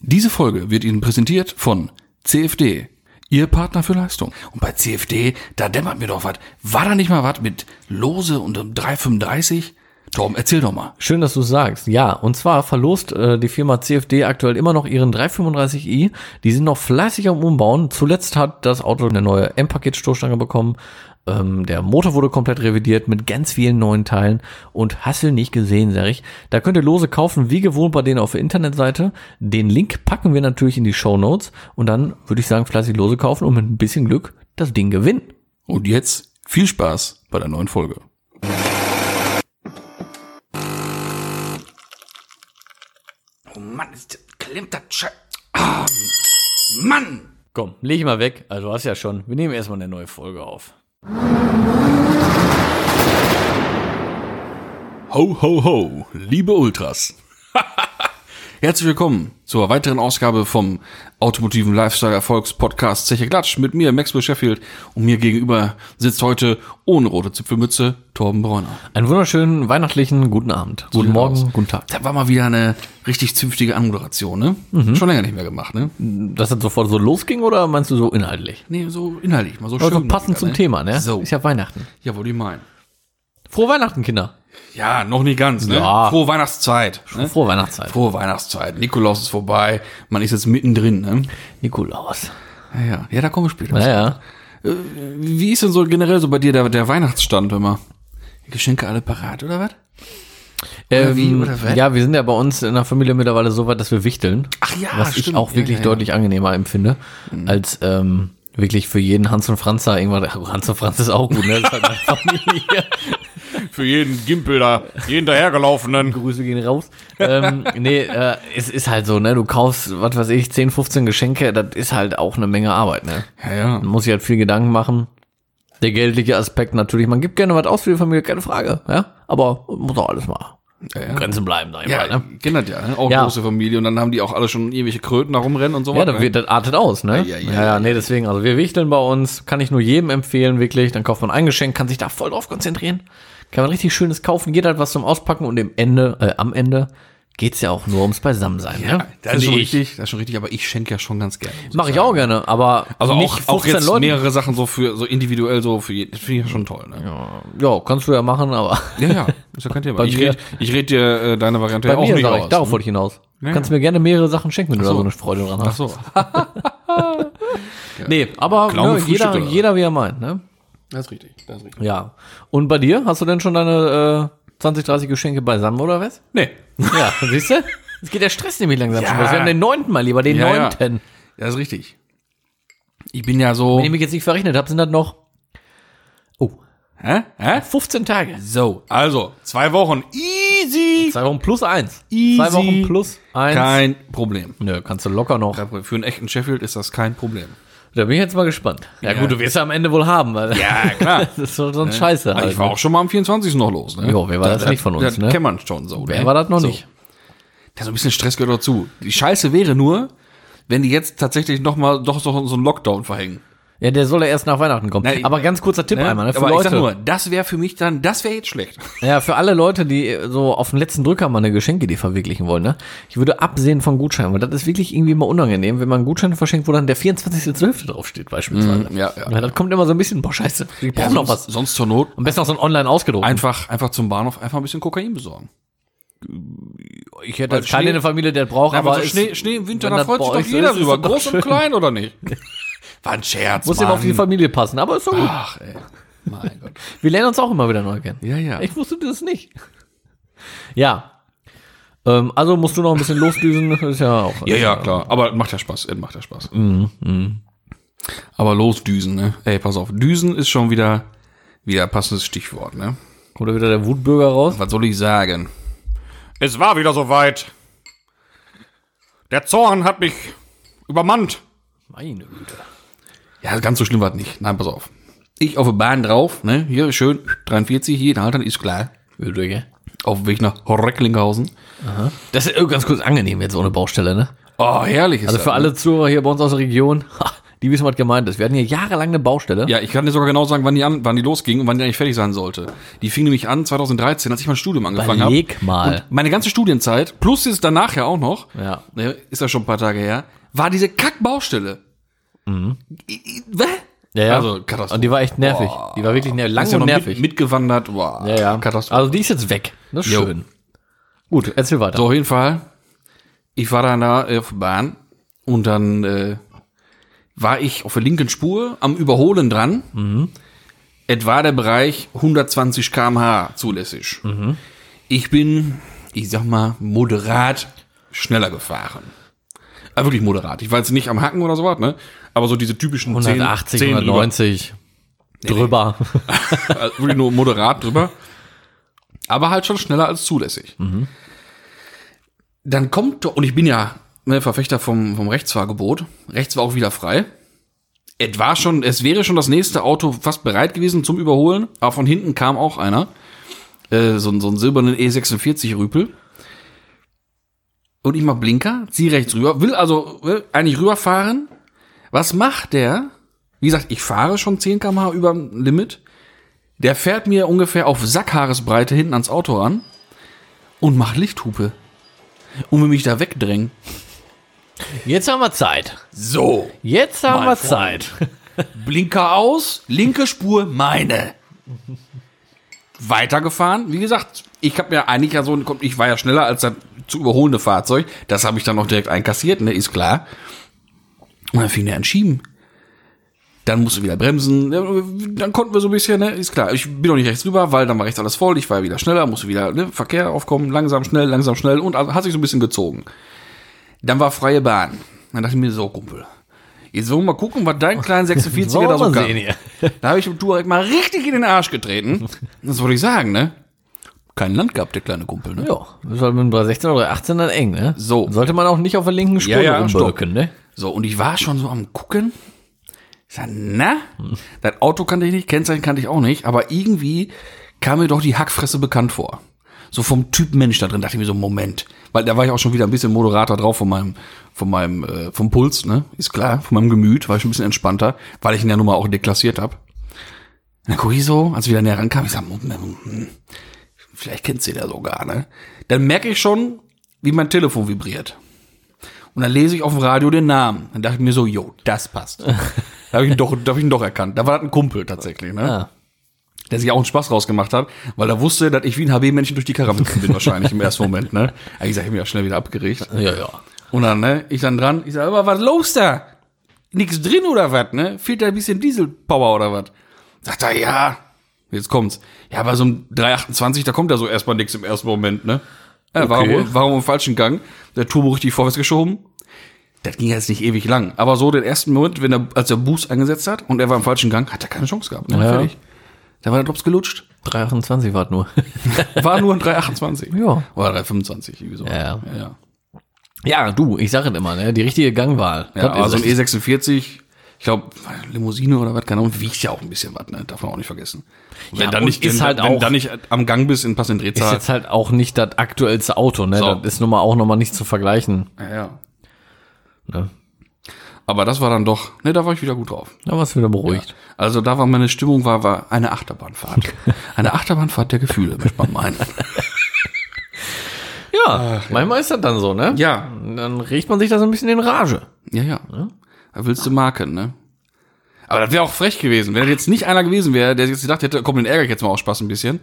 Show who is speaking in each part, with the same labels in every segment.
Speaker 1: Diese Folge wird Ihnen präsentiert von CFD, Ihr Partner für Leistung. Und bei CFD, da dämmert mir doch was. War da nicht mal was mit Lose und um einem 335? Torben, erzähl doch mal.
Speaker 2: Schön, dass du sagst. Ja, und zwar verlost äh, die Firma CFD aktuell immer noch ihren 335i. Die sind noch fleißig am Umbauen. Zuletzt hat das Auto eine neue M-Paket-Stoßstange bekommen. Ähm, der Motor wurde komplett revidiert mit ganz vielen neuen Teilen und Hassel nicht gesehen, sag ich. Da könnt ihr Lose kaufen, wie gewohnt bei denen auf der Internetseite. Den Link packen wir natürlich in die Show Notes und dann würde ich sagen, fleißig Lose kaufen und mit ein bisschen Glück das Ding gewinnen.
Speaker 1: Und jetzt viel Spaß bei der neuen Folge. Oh Mann, ist das klemmt das Scheiß. Ah, Mann!
Speaker 2: Komm, leg ich mal weg. Also hast ja schon. Wir nehmen erstmal eine neue Folge auf.
Speaker 1: Ho, ho, ho, liebe Ultras. Herzlich willkommen zur weiteren Ausgabe vom automotiven Lifestyle-Erfolgs-Podcast Zeche Klatsch mit mir, Maxwell Sheffield. Und mir gegenüber sitzt heute ohne rote Zipfelmütze Torben Bräuner.
Speaker 2: Einen wunderschönen weihnachtlichen guten Abend. guten
Speaker 1: sieht's
Speaker 2: Morgen,
Speaker 1: aus.
Speaker 2: guten Tag.
Speaker 1: Das war mal wieder eine richtig zünftige Anmoderation, ne?
Speaker 2: Mhm.
Speaker 1: Schon länger nicht mehr gemacht, ne?
Speaker 2: Dass das sofort so losging oder meinst du so inhaltlich?
Speaker 1: Nee, so inhaltlich, mal so
Speaker 2: Also
Speaker 1: schön.
Speaker 2: passend zum Thema, ne?
Speaker 1: So.
Speaker 2: Ist ja Weihnachten.
Speaker 1: Ja, wo die meinen.
Speaker 2: Frohe Weihnachten, Kinder.
Speaker 1: Ja, noch nicht ganz, ne?
Speaker 2: Ja.
Speaker 1: Frohe Weihnachtszeit. Ne?
Speaker 2: Frohe Weihnachtszeit.
Speaker 1: Frohe Weihnachtszeit. Nikolaus ist vorbei. Man ist jetzt mittendrin, ne?
Speaker 2: Nikolaus.
Speaker 1: Ja, ja. ja da kommen wir später.
Speaker 2: Naja.
Speaker 1: Wie ist denn so generell so bei dir der, der Weihnachtsstand immer? Geschenke alle parat, oder was?
Speaker 2: Ähm,
Speaker 1: wie, oder was?
Speaker 2: ja, wir sind ja bei uns in der Familie mittlerweile so weit, dass wir wichteln.
Speaker 1: Ach ja,
Speaker 2: Was ich
Speaker 1: stimmt.
Speaker 2: auch
Speaker 1: Ja, ja,
Speaker 2: wirklich
Speaker 1: Mhm. ja.
Speaker 2: deutlich angenehmer empfinde, als ähm, wirklich für jeden Hans und Franz da irgendwann. Hans und Franz ist auch gut, ne? Das ist halt meine Familie.
Speaker 1: Für jeden Gimpel da, jeden dahergelaufenen.
Speaker 2: Grüße gehen raus. ähm, nee, äh, es ist halt so, ne? Du kaufst, was weiß ich, 10, 15 Geschenke, das ist halt auch eine Menge Arbeit, ne?
Speaker 1: Ja, ja.
Speaker 2: Man muss sich halt viel Gedanken machen. Der geldliche Aspekt natürlich, man gibt gerne was aus für die Familie, keine Frage, ja? Aber muss auch alles mal
Speaker 1: Ja, ja.
Speaker 2: Grenzen bleiben, sag ich
Speaker 1: Ja,
Speaker 2: mal, ne?
Speaker 1: kennt das ja, ne? auch
Speaker 2: Ja.
Speaker 1: große Familie und dann haben die auch alle schon irgendwelche Kröten da rumrennen und so
Speaker 2: Ja,
Speaker 1: was,
Speaker 2: das,
Speaker 1: ne?
Speaker 2: wird, das artet aus, ne?
Speaker 1: Ja,
Speaker 2: Ja,
Speaker 1: ja,
Speaker 2: ja,
Speaker 1: ja,
Speaker 2: nee, deswegen, also wir wichteln bei uns, kann ich nur jedem empfehlen, wirklich. Dann kauft man ein Geschenk, kann sich da voll drauf konzentrieren. Kann man richtig schönes kaufen, geht halt was zum Auspacken und im Ende, äh, am Ende geht's ja auch nur ums Beisammensein, ne?
Speaker 1: das ist schon
Speaker 2: Finde ich.
Speaker 1: richtig, das ist schon richtig, aber ich schenke ja schon ganz gerne.
Speaker 2: Mach ich auch gerne, aber
Speaker 1: Also
Speaker 2: nicht
Speaker 1: auch, auch
Speaker 2: 15
Speaker 1: jetzt
Speaker 2: Leuten.
Speaker 1: mehrere Sachen so für so individuell so für jeden, das finde ich ja schon toll. Ne?
Speaker 2: Ja, kannst du ja machen, aber
Speaker 1: Ja, ja, ist ja kein Thema. Ich
Speaker 2: mir-
Speaker 1: rede ich red dir äh, deine Variante ja
Speaker 2: bei
Speaker 1: auch
Speaker 2: mir
Speaker 1: nicht
Speaker 2: sag
Speaker 1: aus.
Speaker 2: ich, darauf
Speaker 1: ne?
Speaker 2: wollte ich hinaus.
Speaker 1: ja.
Speaker 2: Du kannst mir gerne mehrere Sachen schenken, wenn du
Speaker 1: so.
Speaker 2: da so eine Freude dran
Speaker 1: Ach
Speaker 2: hast.
Speaker 1: so,
Speaker 2: Nee, aber
Speaker 1: Clown
Speaker 2: ne,
Speaker 1: gefrühstückt
Speaker 2: jeder,
Speaker 1: oder was?
Speaker 2: jeder wie er meint, ne?
Speaker 1: das ist richtig, das ist richtig.
Speaker 2: Ja. Und bei dir, hast du denn schon deine äh, 20, 30 Geschenke beisammen oder was?
Speaker 1: Nee,
Speaker 2: Ja, siehst du? Es geht der Stress nämlich langsam
Speaker 1: Ja.
Speaker 2: schon los. Wir haben den neunten mal lieber, den
Speaker 1: Ja, ja.
Speaker 2: neunten.
Speaker 1: das ist richtig. Ich bin ja so.
Speaker 2: Wenn ich mich jetzt nicht verrechnet habe, sind das noch oh,
Speaker 1: Hä? Hä?
Speaker 2: 15 Tage.
Speaker 1: So, also zwei Wochen easy,
Speaker 2: Zwei Wochen plus eins.
Speaker 1: Easy.
Speaker 2: Zwei Wochen plus eins.
Speaker 1: kein Problem.
Speaker 2: Nö, kannst du locker noch.
Speaker 1: Kein Problem. Für einen echten Sheffield ist das kein Problem.
Speaker 2: Da bin ich jetzt mal gespannt. Ja,
Speaker 1: Ja.
Speaker 2: gut, du wirst ja am Ende wohl haben, weil
Speaker 1: Ja, klar.
Speaker 2: das ist so, so ein Scheiße.
Speaker 1: Ah,
Speaker 2: Halt.
Speaker 1: Ich war auch schon mal am 24. noch los. Ne?
Speaker 2: Jo, wer war das nicht von uns,
Speaker 1: Das
Speaker 2: ne?
Speaker 1: kennt man schon so.
Speaker 2: Wer
Speaker 1: ne?
Speaker 2: war das noch
Speaker 1: so.
Speaker 2: nicht?
Speaker 1: Da so ein bisschen Stress gehört dazu. Die Scheiße wäre nur, wenn die jetzt tatsächlich noch mal doch so so einen Lockdown verhängen.
Speaker 2: Ja, der soll ja erst nach Weihnachten kommen.
Speaker 1: Na, ich-
Speaker 2: aber ganz kurzer Tipp
Speaker 1: Ne?
Speaker 2: einmal, ne, für
Speaker 1: Aber ich
Speaker 2: Leute.
Speaker 1: sag nur, das wäre für mich dann, das wäre jetzt schlecht.
Speaker 2: Ja, für alle Leute, die äh, so auf den letzten Drücker mal eine Geschenkidee verwirklichen wollen, ne? Ich würde absehen von Gutscheinen, weil das ist wirklich irgendwie immer unangenehm, wenn man Gutscheine verschenkt, wo dann der 24.12. draufsteht, beispielsweise.
Speaker 1: Mm, ja, ja.
Speaker 2: das kommt immer so ein bisschen, boah, scheiße, ich brauche noch was.
Speaker 1: sonst zur Not
Speaker 2: Am besten auch so ein online ausgedruckt.
Speaker 1: einfach einfach zum Bahnhof einfach ein bisschen Kokain besorgen.
Speaker 2: ich hätte jetzt
Speaker 1: Schnee-
Speaker 2: keinen in der Familie, der braucht,
Speaker 1: Aber
Speaker 2: aber
Speaker 1: so
Speaker 2: ist-
Speaker 1: Schnee, Schnee im Winter,
Speaker 2: wenn
Speaker 1: da
Speaker 2: das
Speaker 1: freut
Speaker 2: bei
Speaker 1: sich doch
Speaker 2: euch so
Speaker 1: jeder
Speaker 2: ist, ist
Speaker 1: drüber.
Speaker 2: das doch
Speaker 1: Groß und
Speaker 2: schön.
Speaker 1: klein, oder nicht? War ein Scherz,
Speaker 2: Muss eben auf die Familie passen, aber ist doch gut.
Speaker 1: Ach, ey. Mein Gott.
Speaker 2: Wir lernen uns auch immer wieder neu kennen.
Speaker 1: Ja, ja.
Speaker 2: Ich wusste das nicht. Ja. Ähm, also musst du noch ein bisschen losdüsen, ist ja auch.
Speaker 1: Ja, ja, klar. Aber es macht ja Spaß. Es macht ja Spaß. mhm. Aber los, Düsen, ne? Ey, pass auf. Düsen ist schon wieder, wieder passendes Stichwort, ne?
Speaker 2: Kommt da wieder der Wutbürger raus?
Speaker 1: Was soll ich sagen?
Speaker 3: Es war wieder soweit. Der Zorn hat mich übermannt.
Speaker 2: Meine Güte.
Speaker 1: Ja, ganz so schlimm war es nicht. Nein, pass auf. Ich auf der Bahn drauf, ne? Hier schön 43, jeden Halter ist klar.
Speaker 2: Wutbürger.
Speaker 1: Auf dem Weg nach Recklinghausen.
Speaker 2: Das ist ganz kurz angenehm jetzt ohne Baustelle, ne?
Speaker 1: Oh, herrlich ist
Speaker 2: Also für
Speaker 1: das, ne?
Speaker 2: alle Zuhörer hier bei uns aus der Region, ha, die wissen, was gemeint ist. Wir hatten hier jahrelang eine Baustelle.
Speaker 1: Ja, ich kann dir sogar genau sagen, wann die, an, wann die losging und wann die eigentlich fertig sein sollte. Die fing nämlich an 2013, als ich mein Studium angefangen habe.
Speaker 2: Überleg mal.
Speaker 1: Und meine ganze Studienzeit, plus ist danach ja auch noch,
Speaker 2: Ja.
Speaker 1: ne, ist ja schon ein paar Tage her, war diese Kackbaustelle. I- i- Hä?
Speaker 2: Mhm. Ja, ja.
Speaker 1: Also, Katastrophe.
Speaker 2: Und die war echt nervig. Die war wirklich nervig. Lang
Speaker 1: Ist ja
Speaker 2: und
Speaker 1: noch
Speaker 2: nervig.
Speaker 1: mit, mitgewandert. Boah,
Speaker 2: ja, ja.
Speaker 1: Katastrophe.
Speaker 2: Also die ist jetzt weg. Das ist
Speaker 1: Jo.
Speaker 2: schön. Gut, erzähl weiter.
Speaker 1: So, auf jeden Fall. Ich war dann da äh, auf der Bahn und dann äh, war ich auf der linken Spur am Überholen dran. Etwa der Bereich 120 km/h zulässig. Ich bin, ich sag mal, moderat schneller gefahren. Ah, wirklich moderat. Ich war jetzt nicht am Hacken oder sowas, ne? Aber so diese typischen
Speaker 2: 180,
Speaker 1: 10, 10 drüber.
Speaker 2: 190. Drüber.
Speaker 1: Also wirklich nur moderat drüber. Aber halt schon schneller als zulässig. Dann kommt, und ich bin ja ne, Verfechter vom, vom Rechtsfahrgebot. Rechts war auch wieder frei. Es war schon, es wäre schon das nächste Auto fast bereit gewesen zum Überholen, aber von hinten kam auch einer. Äh, so, ein- so einen silbernen E46-Rüpel. Und ich mach Blinker, zieh rechts rüber, will also will eigentlich rüberfahren. Was macht der? Wie gesagt, ich fahre schon 10 km/h über dem Limit. Der fährt mir ungefähr auf Sackhaaresbreite hinten ans Auto an und macht Lichthupe. Und will mich da wegdrängen.
Speaker 2: Jetzt haben wir Zeit.
Speaker 1: So.
Speaker 2: Jetzt haben
Speaker 1: Mein
Speaker 2: wir
Speaker 1: Freund.
Speaker 2: Zeit.
Speaker 1: Blinker aus, linke Spur meine. Weitergefahren. Wie gesagt, ich habe mir eigentlich ja so, ich war ja schneller als das zu überholende Fahrzeug. Das habe ich dann noch direkt einkassiert, ne, ist klar. Und dann fing der an Schieben. Dann musste wieder bremsen. Dann konnten wir so ein bisschen, ne, ist klar. Ich bin noch nicht rechts rüber, weil dann war rechts alles voll. Ich war wieder schneller, musste wieder ne, Verkehr aufkommen, langsam, schnell, langsam, schnell. Und also hat sich so ein bisschen gezogen. Dann war freie Bahn. Dann dachte ich mir so, Kumpel, jetzt wollen wir mal gucken, was dein kleinen 46er da
Speaker 2: Wollen
Speaker 1: genau so
Speaker 2: wir
Speaker 1: kann.
Speaker 2: sehen hier.
Speaker 1: Da habe ich dem Turek mal richtig in den Arsch getreten. Das wollte ich sagen, ne? Kein Land gehabt, der kleine Kumpel, ne?
Speaker 2: Ja, ist halt mit einem 316 oder 18 dann eng, ne?
Speaker 1: So.
Speaker 2: Sollte man auch nicht auf der linken Spur
Speaker 1: Ja, ja,
Speaker 2: rumbirken, ne?
Speaker 1: So, und ich war schon so am Gucken. Ich sag, na? Das Auto kannte ich nicht, Kennzeichen kannte ich auch nicht, aber irgendwie kam mir doch die Hackfresse bekannt vor. So vom Typ Mensch da drin, dachte ich mir so, Moment. Weil da war ich auch schon wieder ein bisschen moderater drauf von meinem, von meinem, äh, vom Puls, ne? Ist klar, von meinem Gemüt, war ich schon ein bisschen entspannter, weil ich ihn ja nun mal auch deklassiert habe. Dann guck ich so, als ich wieder näher rankam, ich sag, Moment, hm, vielleicht kennst du den ja sogar, ne? Dann merke ich schon, wie mein Telefon vibriert. Und dann lese ich auf dem Radio den Namen. Dann dachte ich mir so, jo, das passt. da habe ich, ihn doch- da hab ich ihn doch erkannt. Da war das ein Kumpel tatsächlich, ne?
Speaker 2: Ah.
Speaker 1: Der sich auch einen Spaß rausgemacht hat, weil er wusste, dass ich wie ein HB-Männchen durch die Karre mitgekommen bin, wahrscheinlich im ersten Moment, ne? Eigentlich sag ich mir ja schnell wieder abgeregt.
Speaker 2: Ja, ja.
Speaker 1: Und dann, ne, ich dann dran, ich sag, aber was los da? Nix drin oder was, ne? Fehlt da ein bisschen Dieselpower oder was? Sagt er, ja. Jetzt kommt's. Ja, bei so um einem 328, da kommt ja so erstmal nix im ersten Moment, ne? Ja, war,
Speaker 2: Okay.
Speaker 1: wohl- war wohl im falschen Gang. Der Turbo richtig vorwärts geschoben. Das ging jetzt nicht ewig lang. Aber so den ersten Moment, wenn er, als der Boost angesetzt hat und er war im falschen Gang, hat er keine Chance gehabt. Ne?
Speaker 2: Ja.
Speaker 1: Fertig. Da war der Drops gelutscht.
Speaker 2: 328 war nur.
Speaker 1: War nur ein 328.
Speaker 2: Ja.
Speaker 1: Oder 325, irgendwie so.
Speaker 2: Ja.
Speaker 1: ja, ja.
Speaker 2: ja, du, ich sage es immer, ne? Die richtige Gangwahl.
Speaker 1: Ja,
Speaker 2: Das ist
Speaker 1: also ein
Speaker 2: es.
Speaker 1: E46, ich glaube, Limousine oder was, keine Ahnung, wiegt ja auch ein bisschen was, ne? darf man auch nicht vergessen. Und wenn
Speaker 2: Ja,
Speaker 1: dann
Speaker 2: und
Speaker 1: nicht,
Speaker 2: ist
Speaker 1: wenn,
Speaker 2: halt
Speaker 1: wenn
Speaker 2: auch-
Speaker 1: dann nicht am Gang bist in passenden
Speaker 2: ist
Speaker 1: Drehzahl.
Speaker 2: jetzt halt auch nicht das aktuellste Auto, ne?
Speaker 1: So.
Speaker 2: Das ist nun mal auch noch mal nicht zu vergleichen.
Speaker 1: ja, ja.
Speaker 2: Ne?
Speaker 1: Aber das war dann doch, ne, da war ich wieder gut drauf.
Speaker 2: Da war es wieder beruhigt.
Speaker 1: Also da war meine Stimmung, war, war eine Achterbahnfahrt. eine Achterbahnfahrt der Gefühle, möchte man meinen.
Speaker 2: Ja, manchmal ist das dann so, ne?
Speaker 1: Ah, ja,
Speaker 2: Dann riecht man sich da so ein bisschen in Rage.
Speaker 1: ja, ja.
Speaker 2: Ne?
Speaker 1: Da willst du Marken, ne? Aber das wäre auch frech gewesen, wenn das jetzt nicht einer gewesen wäre, der sich jetzt gedacht hätte, komm, den ärgere ich jetzt mal aus Spaß ein bisschen.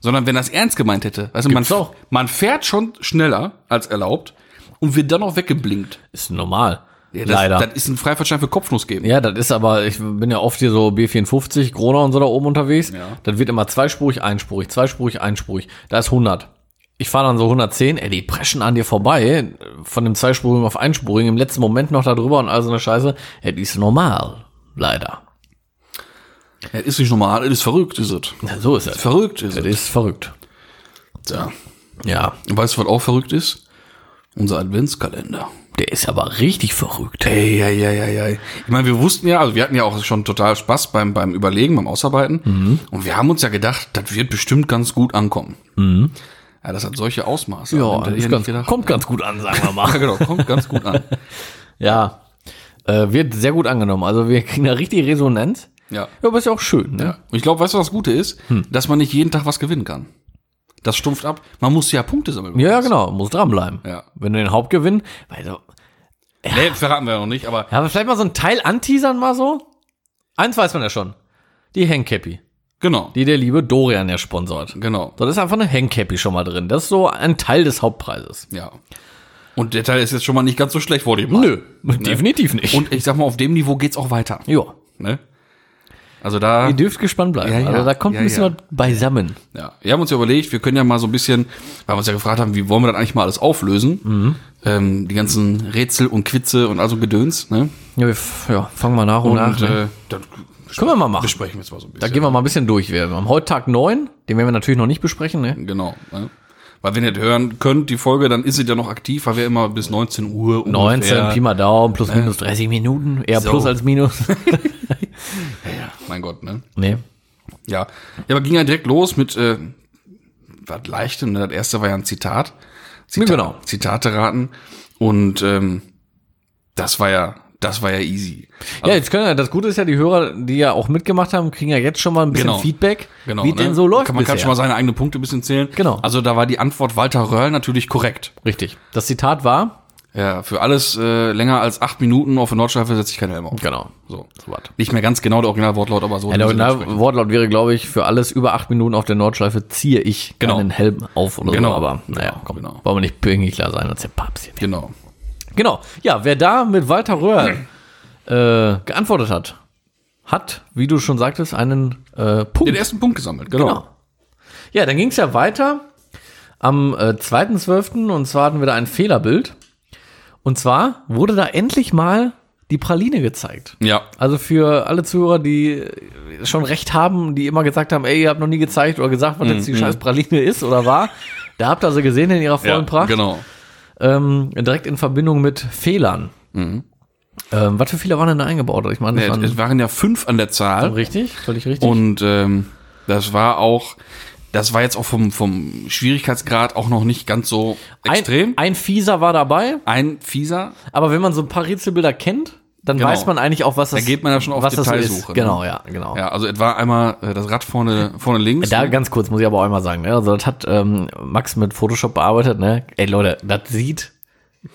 Speaker 1: Sondern wenn das ernst gemeint hätte. Weißt du, man,
Speaker 2: Gibt's auch.
Speaker 1: man fährt schon schneller als erlaubt und wird dann auch weggeblinkt.
Speaker 2: Ist normal.
Speaker 1: das,
Speaker 2: Leider.
Speaker 1: Das ist ein Freifahrtschein für Kopfnuss geben.
Speaker 2: ja, das ist aber, ich bin ja oft hier so B54, Corona und so da oben unterwegs. Ja. Das wird immer zweispurig, einspurig, zweispurig, einspurig. Da ist 100. Ich fahre dann so 110, ey, die preschen an dir vorbei, von dem zweispurigen auf einspurigen, im letzten Moment noch da drüber und all so eine Scheiße. Ey, die ist normal. Leider.
Speaker 1: Das ist nicht normal, das ist verrückt, ist es.
Speaker 2: Ja, so ist es.
Speaker 1: Verrückt ist
Speaker 2: Das
Speaker 1: es.
Speaker 2: ist verrückt.
Speaker 1: Ja.
Speaker 2: Ja,
Speaker 1: Und weißt du, was auch verrückt ist? Unser Adventskalender.
Speaker 2: der ist aber richtig verrückt.
Speaker 1: Ey, ey, ey, ey, ey. Ich meine, wir wussten ja, also wir hatten ja auch schon total Spaß beim, beim Überlegen, beim Ausarbeiten.
Speaker 2: Mhm.
Speaker 1: Und wir haben uns ja gedacht, das wird bestimmt ganz gut ankommen. Ja, das hat solche Ausmaße.
Speaker 2: Mhm. Ja,
Speaker 1: Hätte ich genau,
Speaker 2: ist
Speaker 1: ja
Speaker 2: ganz,
Speaker 1: nicht gedacht.
Speaker 2: kommt ganz gut an, sagen wir mal.
Speaker 1: Ja, genau, kommt ganz gut an.
Speaker 2: Ja. Äh, wird sehr gut angenommen. Also wir kriegen da richtig Resonanz.
Speaker 1: Ja.
Speaker 2: Ja, aber ist ja auch schön, ne?
Speaker 1: ja. Und ich glaube, weißt du, was das Gute ist?
Speaker 2: Hm.
Speaker 1: Dass man nicht jeden Tag was gewinnen kann. Das stumpft ab. Man muss ja Punkte sammeln.
Speaker 2: Ja, ja, genau, muss dranbleiben.
Speaker 1: Ja.
Speaker 2: Wenn du den Hauptgewinn, weil so,
Speaker 1: Nee, verraten wir ja noch nicht, aber
Speaker 2: ja, aber vielleicht mal so ein Teil anteasern mal so. Eins weiß man ja schon. Die Hangcappy,
Speaker 1: genau.
Speaker 2: die der liebe Dorian ja sponsort.
Speaker 1: Genau.
Speaker 2: So, da ist einfach eine Hangcappy schon mal drin. Das ist so ein Teil des Hauptpreises.
Speaker 1: Ja. Und der Teil ist jetzt schon mal nicht ganz so schlecht, wurde ich mal.
Speaker 2: definitiv nicht.
Speaker 1: Und ich sag mal, auf dem Niveau geht's auch weiter.
Speaker 2: ja,
Speaker 1: Ne? Also da,
Speaker 2: ihr dürft gespannt bleiben.
Speaker 1: Ja, ja.
Speaker 2: Also da kommt
Speaker 1: Ja,
Speaker 2: ein bisschen
Speaker 1: ja.
Speaker 2: was beisammen.
Speaker 1: ja. Wir haben uns ja überlegt, wir können ja mal so ein bisschen, weil wir uns ja gefragt haben, wie wollen wir das eigentlich mal alles auflösen? Ähm, die ganzen Rätsel und Quitze und also Gedöns, ne?
Speaker 2: Ja, wir f- ja, fangen wir nach und, nach.
Speaker 1: und
Speaker 2: ne?
Speaker 1: äh, dann
Speaker 2: Können wir mal machen.
Speaker 1: besprechen wir jetzt mal so ein
Speaker 2: Da
Speaker 1: bisschen.
Speaker 2: gehen wir mal ein bisschen durch. Wir haben heute Tag 9, den werden wir natürlich noch nicht besprechen, ne?
Speaker 1: genau. Ne? Weil wenn ihr das hören könnt, die Folge, dann ist sie ja noch aktiv, weil wir immer bis 19 Uhr
Speaker 2: 19,
Speaker 1: ungefähr.
Speaker 2: Pi mal Daumen, plus minus 30 Minuten, eher
Speaker 1: So.
Speaker 2: plus als minus.
Speaker 1: Mein Gott, ne?
Speaker 2: nee.
Speaker 1: Ja, ja aber ging ja direkt los mit äh, was Leichtem. ne? Das erste war ja ein Zitat. Zita
Speaker 2: Genau.
Speaker 1: Zitate raten. Und ähm, das war ja, das war ja easy.
Speaker 2: Ja, jetzt können ja, das Gute ist ja, die Hörer, die ja auch mitgemacht haben, kriegen ja jetzt schon mal ein bisschen
Speaker 1: Genau.
Speaker 2: Feedback,
Speaker 1: Genau,
Speaker 2: wie
Speaker 1: ne?
Speaker 2: denn so läuft
Speaker 1: Kann, man kann
Speaker 2: bisher.
Speaker 1: schon mal seine eigenen Punkte ein bisschen zählen.
Speaker 2: Genau.
Speaker 1: Also da war die Antwort Walter Röhrl natürlich korrekt.
Speaker 2: Richtig. Das Zitat war,
Speaker 1: Ja, für alles äh, länger als acht Minuten auf der Nordschleife setze ich keinen Helm auf.
Speaker 2: genau,
Speaker 1: So.
Speaker 2: so was.
Speaker 1: Nicht mehr ganz genau der Originalwortlaut, aber so.
Speaker 2: Ja, der
Speaker 1: muss ich
Speaker 2: Original
Speaker 1: ansprechen.
Speaker 2: Wortlaut wäre, glaube ich, für alles über acht Minuten auf der Nordschleife ziehe ich
Speaker 1: Genau.
Speaker 2: einen Helm auf oder
Speaker 1: Genau.
Speaker 2: so. Aber naja, komm,
Speaker 1: Genau.
Speaker 2: wollen wir nicht pünktlicher sein als der Papst hier.
Speaker 1: Genau.
Speaker 2: Genau. Ja, wer da mit Walter Röhrl äh, geantwortet hat, hat, wie du schon sagtest, einen äh, Punkt.
Speaker 1: Den ersten Punkt gesammelt, genau.
Speaker 2: Genau. Ja, dann ging es ja weiter am äh, 2.12. und zwar hatten wir da ein Fehlerbild. Und zwar wurde da endlich mal die Praline gezeigt.
Speaker 1: Ja.
Speaker 2: Also für alle Zuhörer, die äh, schon recht haben, die immer gesagt haben, ey, ihr habt noch nie gezeigt oder gesagt, was
Speaker 1: Mhm,
Speaker 2: jetzt die scheiß Praline ist oder war. Da habt ihr sie gesehen in ihrer vollen Pracht.
Speaker 1: Genau.
Speaker 2: Ähm, direkt in Verbindung mit Fehlern. Ähm, was für Fehler waren denn da eingebaut? Ich meine,
Speaker 1: Ja,
Speaker 2: das
Speaker 1: Mhm. es es
Speaker 2: waren
Speaker 1: waren ja fünf an der Zahl.
Speaker 2: richtig, völlig richtig.
Speaker 1: Und ähm, das war auch, das war jetzt auch vom, vom Schwierigkeitsgrad auch noch nicht ganz so extrem.
Speaker 2: Ein, ein Fieser war dabei.
Speaker 1: Ein, fieser.
Speaker 2: Aber wenn man so ein paar Rätselbilder kennt, dann
Speaker 1: Genau.
Speaker 2: weiß man eigentlich auch, was das
Speaker 1: Da geht man ja schon auf
Speaker 2: was das so
Speaker 1: Detailsuche,
Speaker 2: ist.
Speaker 1: ne?
Speaker 2: Genau, ja, genau.
Speaker 1: Ja, also etwa einmal äh, das Rad vorne, vorne links.
Speaker 2: Da ganz kurz muss ich aber auch einmal sagen, ne? also das hat ähm, Max mit Photoshop bearbeitet, ne? Ey Leute, das sieht